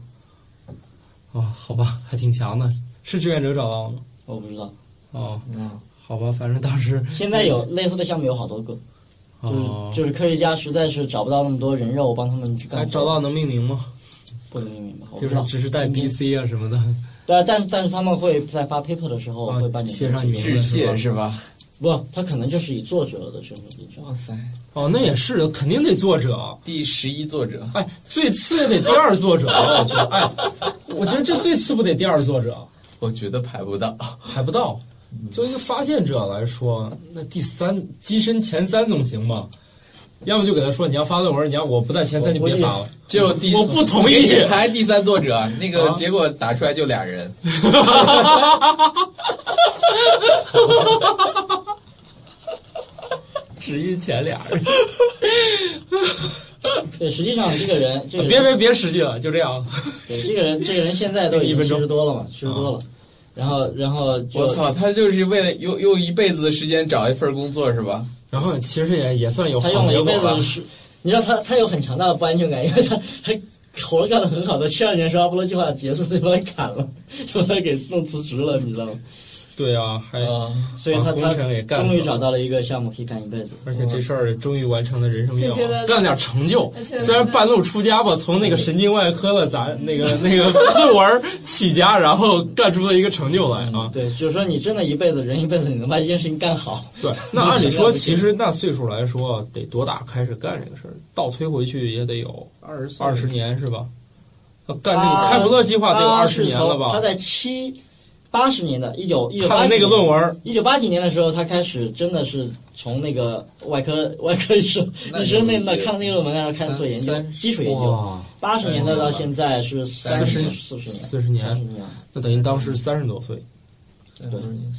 Speaker 1: 啊，好吧，还挺强的。是志愿者找到了吗？
Speaker 4: 我不知道，
Speaker 1: 哦，
Speaker 2: 嗯
Speaker 1: 好吧，反正当时
Speaker 4: 现在有类似的项目有好多个，
Speaker 1: 哦，
Speaker 4: 就是就是科学家实在是找不到那么多人肉帮他们去
Speaker 1: 哎，
Speaker 4: 干，
Speaker 1: 找到能命名吗？
Speaker 4: 不能命名吧，我不
Speaker 1: 就
Speaker 4: 知
Speaker 1: 是
Speaker 4: 道，
Speaker 1: 只是带 B、C 啊什么的
Speaker 4: 但但是但是他们会在发 paper 的时候
Speaker 1: 啊
Speaker 4: 会把，你
Speaker 1: 写上你名
Speaker 2: 致
Speaker 1: 字
Speaker 2: 谢
Speaker 1: 吧
Speaker 2: 是吧？
Speaker 4: 不，他可能就是以作者的身份进去，
Speaker 2: 哇塞，
Speaker 1: 哦，那也是，肯定得作者。
Speaker 2: 第十一作者，
Speaker 1: 哎，最次也得第二作者，我觉得，哎，我觉得这最次不得第二作者，
Speaker 2: 我觉得排不到。
Speaker 1: 还不到。作为一个发现者来说，那第三跻身前三总行吧？要么就给他说你要发论文，你要我不在前三就别发了。
Speaker 2: 就第
Speaker 1: 我不同意
Speaker 2: 我给你排第三作者，那个
Speaker 1: 啊
Speaker 2: 结果打出来就俩人。
Speaker 1: 只因前俩人，
Speaker 4: 对，实际上这个人，这个
Speaker 1: 啊别
Speaker 4: 人，
Speaker 1: 别别使劲了，就这样。
Speaker 4: 对这个人，这个人现在都
Speaker 1: 一
Speaker 4: 已经
Speaker 1: 分钟啊
Speaker 4: 七十多了嘛，七十多了，然后然后就
Speaker 2: 我操，他就是为了用用一辈子的时间找一份工作是吧？
Speaker 1: 然后其实也也算有
Speaker 4: 他
Speaker 1: 好
Speaker 4: 用了
Speaker 1: 结
Speaker 4: 一
Speaker 1: 果啊
Speaker 4: 辈子
Speaker 1: 吧
Speaker 4: 的。时，你知道他他有很强大的不安全感，因为他他活干得很好的，去二年说阿波罗计划结束就把他砍了，就把他给弄辞职了，你知道吗？
Speaker 1: 对啊，还
Speaker 4: 呃所以他
Speaker 1: 把工
Speaker 4: 他
Speaker 1: 程也干
Speaker 4: 终于
Speaker 1: 了
Speaker 4: 找到了一个项目可以干一辈子。
Speaker 1: 而且这事儿终于完成了人生愿
Speaker 11: 我觉得
Speaker 1: 望，干点成就
Speaker 3: 呃
Speaker 11: 我。觉得
Speaker 1: 虽然半路出家吧，从那个神经外科的杂那个那个论文儿起家，然后干出了一个成就来啊。
Speaker 4: 嗯对，就是说你真的一辈子人一辈子，你能把一件事情干好，
Speaker 1: 对，那按理
Speaker 4: 那
Speaker 1: 说，
Speaker 4: 这个
Speaker 1: 其实那岁数来说，啊得多大开始干这个事儿？倒推回去也得有
Speaker 2: 二十岁
Speaker 1: 二十年是吧？那干这个
Speaker 4: 他
Speaker 1: 开普勒计划得有
Speaker 4: 啊他
Speaker 1: 二
Speaker 4: 是
Speaker 1: 十年了
Speaker 4: 从他
Speaker 1: 吧？
Speaker 4: 在七八十年的一九一九
Speaker 1: 看
Speaker 4: 八
Speaker 1: 了那个论文儿，
Speaker 4: 一九八几年的时候，他开始真的是从那个外科外科医生
Speaker 2: 那
Speaker 4: 医生那
Speaker 2: 就
Speaker 4: 那
Speaker 2: 也
Speaker 4: 看那个论文，然后开始做研究
Speaker 2: 三，
Speaker 4: 基础研究。，八十年代到现在是
Speaker 2: 三
Speaker 4: 三
Speaker 2: 十
Speaker 4: 十
Speaker 2: 年
Speaker 4: 四十年，
Speaker 1: 四十
Speaker 4: 三十
Speaker 1: 年，
Speaker 4: 年。
Speaker 1: 那等于当时三十多岁。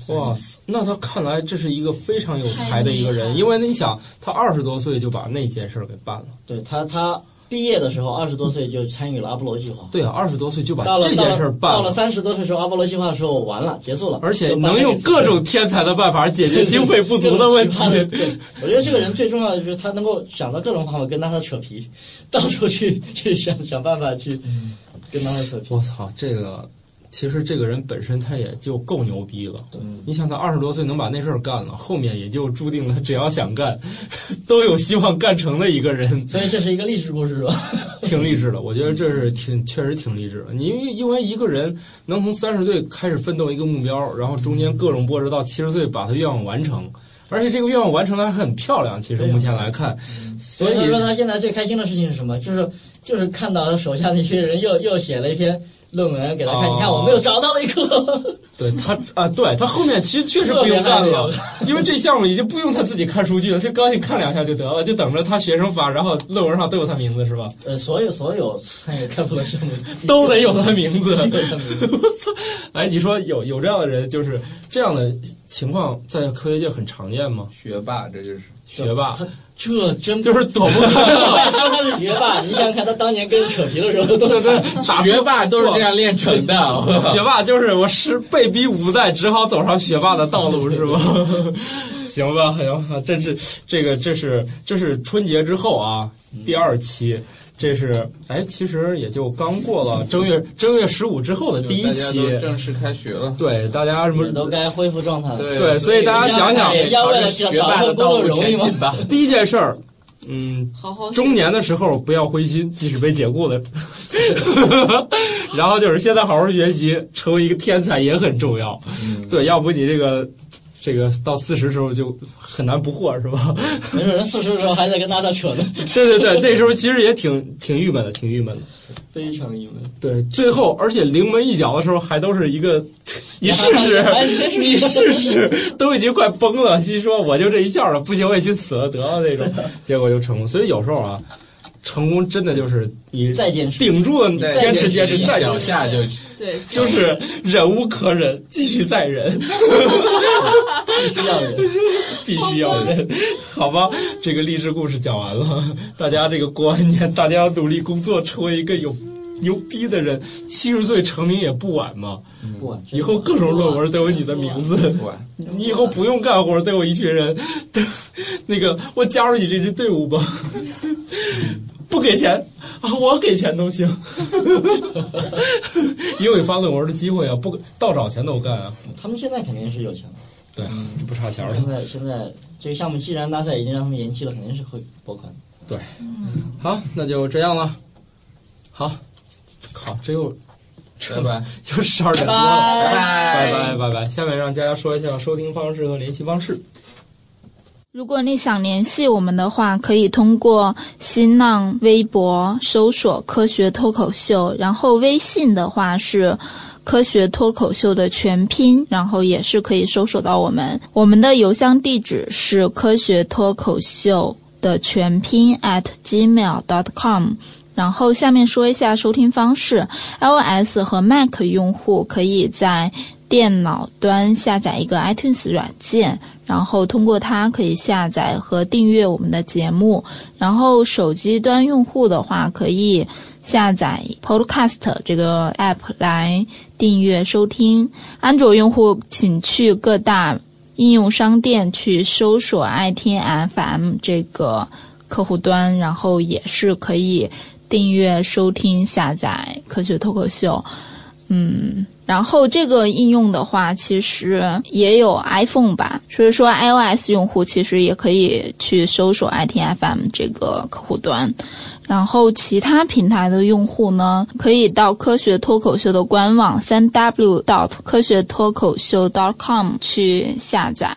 Speaker 1: 哇，那他看来这是一个非常有才的一个
Speaker 11: 太厉害
Speaker 1: 人，
Speaker 11: 了
Speaker 1: 因为你想，他二十多岁就把那件事儿给办了。
Speaker 4: 对他，他毕业的时候二十多岁就参与了阿波罗计划，
Speaker 1: 对啊，二十多岁就把
Speaker 4: 到了
Speaker 1: 这件事儿办
Speaker 4: 到了三十多岁的时候，阿波罗计划说完了，结束了，
Speaker 1: 而且
Speaker 4: 就把
Speaker 1: 能
Speaker 4: 那个
Speaker 1: 用各种天才的办法解决经费不足的问题。
Speaker 4: 对我觉得这个人最重要的就是他能够想到各种方法跟他的扯皮，到处去去想想办法去
Speaker 1: 嗯
Speaker 4: 跟他的扯皮。
Speaker 1: 我操，这个其实这个人本身他也就够牛逼了。你想他二十多岁能把那事儿干了，后面也就注定他只要想干， 都有希望干成的一个人，
Speaker 4: 所以这是一个励志故事，是吧？
Speaker 1: 挺励志的。我觉得这是挺确实挺励志的。你因为因为一个人能从三十岁开始奋斗一个目标，然后中间各种波折到七十岁把他愿望完成，而且这个愿望完成的还很漂亮。其实
Speaker 4: 对啊
Speaker 1: 目前来看，所
Speaker 4: 所以
Speaker 1: 以
Speaker 4: 说他现在最开心的事情是什么？就是就是看到他手下那些人又又写了一篇论文给他看，
Speaker 1: 哦
Speaker 4: 你看我们又找到了一 个，
Speaker 1: 对他啊，对他后面其实确实不用干了， 因为这项目已经不用他自己看数据了，就高兴看两下就得了，就等着他学生发，然后论文上都有他名字是吧？
Speaker 4: 呃，所有所有哎参与开普勒项目的
Speaker 1: 都得有他名字。
Speaker 4: 都有他名字
Speaker 1: 我操！哎，你说有有这样的人，就是这样的情况，在科学界很常见吗？
Speaker 2: 学霸，这就是
Speaker 1: 学霸
Speaker 4: 他这真
Speaker 1: 就是躲不 开，
Speaker 4: 他是学霸，你想想看，他当年跟你扯皮的时候都是
Speaker 1: 打
Speaker 2: 学霸都是这样练成的。我
Speaker 1: 学霸就是我是被逼无奈，只好走上学霸的道路，是吧？ 行吧，行吧，这是这个，这是这是春节之后啊，第二期，这是哎，其实也就刚过了正月正月十五之后的第一
Speaker 2: 就大家
Speaker 1: 期
Speaker 2: 都，正式开学了。
Speaker 1: 对大家什么
Speaker 4: 也都该恢复状态了。
Speaker 1: 对所以大家想想
Speaker 2: 也朝着学霸的道路前进吧。
Speaker 1: 第一件事儿，嗯，
Speaker 11: 好好
Speaker 1: 中年的时候不要灰心，即使被解雇了。 然后就是现在好好学习，成为一个天才也很重要。
Speaker 4: 嗯
Speaker 1: 对，要不你这个这个到四十时候就很难不惑，是吧？
Speaker 4: 没准人四十的时候还在跟 NASA 扯呢，
Speaker 1: 对对对，那时候其实也挺挺郁闷的，挺郁闷的。
Speaker 4: 非常郁闷。
Speaker 1: 对，最后而且临门一脚的时候，还都是一个， 你试 试，
Speaker 4: 哎你真 是
Speaker 1: 你试试，都已经快崩了，心说我就这一下了，不行我也去死了得 了那种，结果就成功。所以有时候啊，成功真的就是你
Speaker 4: 再坚持，
Speaker 1: 顶住了，你
Speaker 2: 再
Speaker 1: 坚持坚持，再
Speaker 2: 脚下就
Speaker 11: 对，就
Speaker 1: 就是忍无可忍，继续再 忍，
Speaker 4: 必须要忍。
Speaker 1: 必须要忍，好吧？这个励志故事讲完了，大家这个过完年，大家要努力工作，成为一个有牛逼的人，七十岁成名也不晚嘛。
Speaker 4: 不管
Speaker 1: 以后各种论文都有你的名字，
Speaker 2: 管。
Speaker 1: 你以后不用干活都有一群人，那个我加入你这支队伍吧，不给钱啊，我给钱都行，也有发论文的机会啊，不到找钱都干啊，
Speaker 4: 他们现在肯定是有钱了。
Speaker 1: 对，不差钱
Speaker 4: 现
Speaker 1: 了。
Speaker 4: 在现在这个项目既然 NASA 已经让他们延期了，肯定是会拨款。
Speaker 1: 好，那就这样了。好，好，这又
Speaker 2: 拜拜，
Speaker 1: 又十二点多了，拜
Speaker 2: 拜
Speaker 1: 拜拜拜。下面让佳佳说一下收听方式和联系方式。
Speaker 11: 如果你想联系我们的话，可以通过新浪微博搜索“科学脱口秀”，然后微信的话是“科学脱口秀”的全拼，然后也是可以搜索到我们。我们的邮箱地址是“科学脱口秀”的全拼 at gmail.com。然后下面说一下收听方式，iOS 和 Mac 用户可以在电脑端下载一个 iTunes 软件，然后通过它可以下载和订阅我们的节目。然后手机端用户的话，可以下载 Podcast 这个 app 来订阅收听。安卓用户请去各大应用商店去搜索爱听 FM 这个客户端，然后也是可以。订阅、收听、下载《科学脱口秀》。嗯，然后这个应用的话，其实也有 iPhone 吧，所以说 iOS 用户其实也可以去搜索 ITFM 这个客户端。然后其他平台的用户呢，可以到科学脱口秀的官网三 w dot 科学脱口秀 dot com 去下载。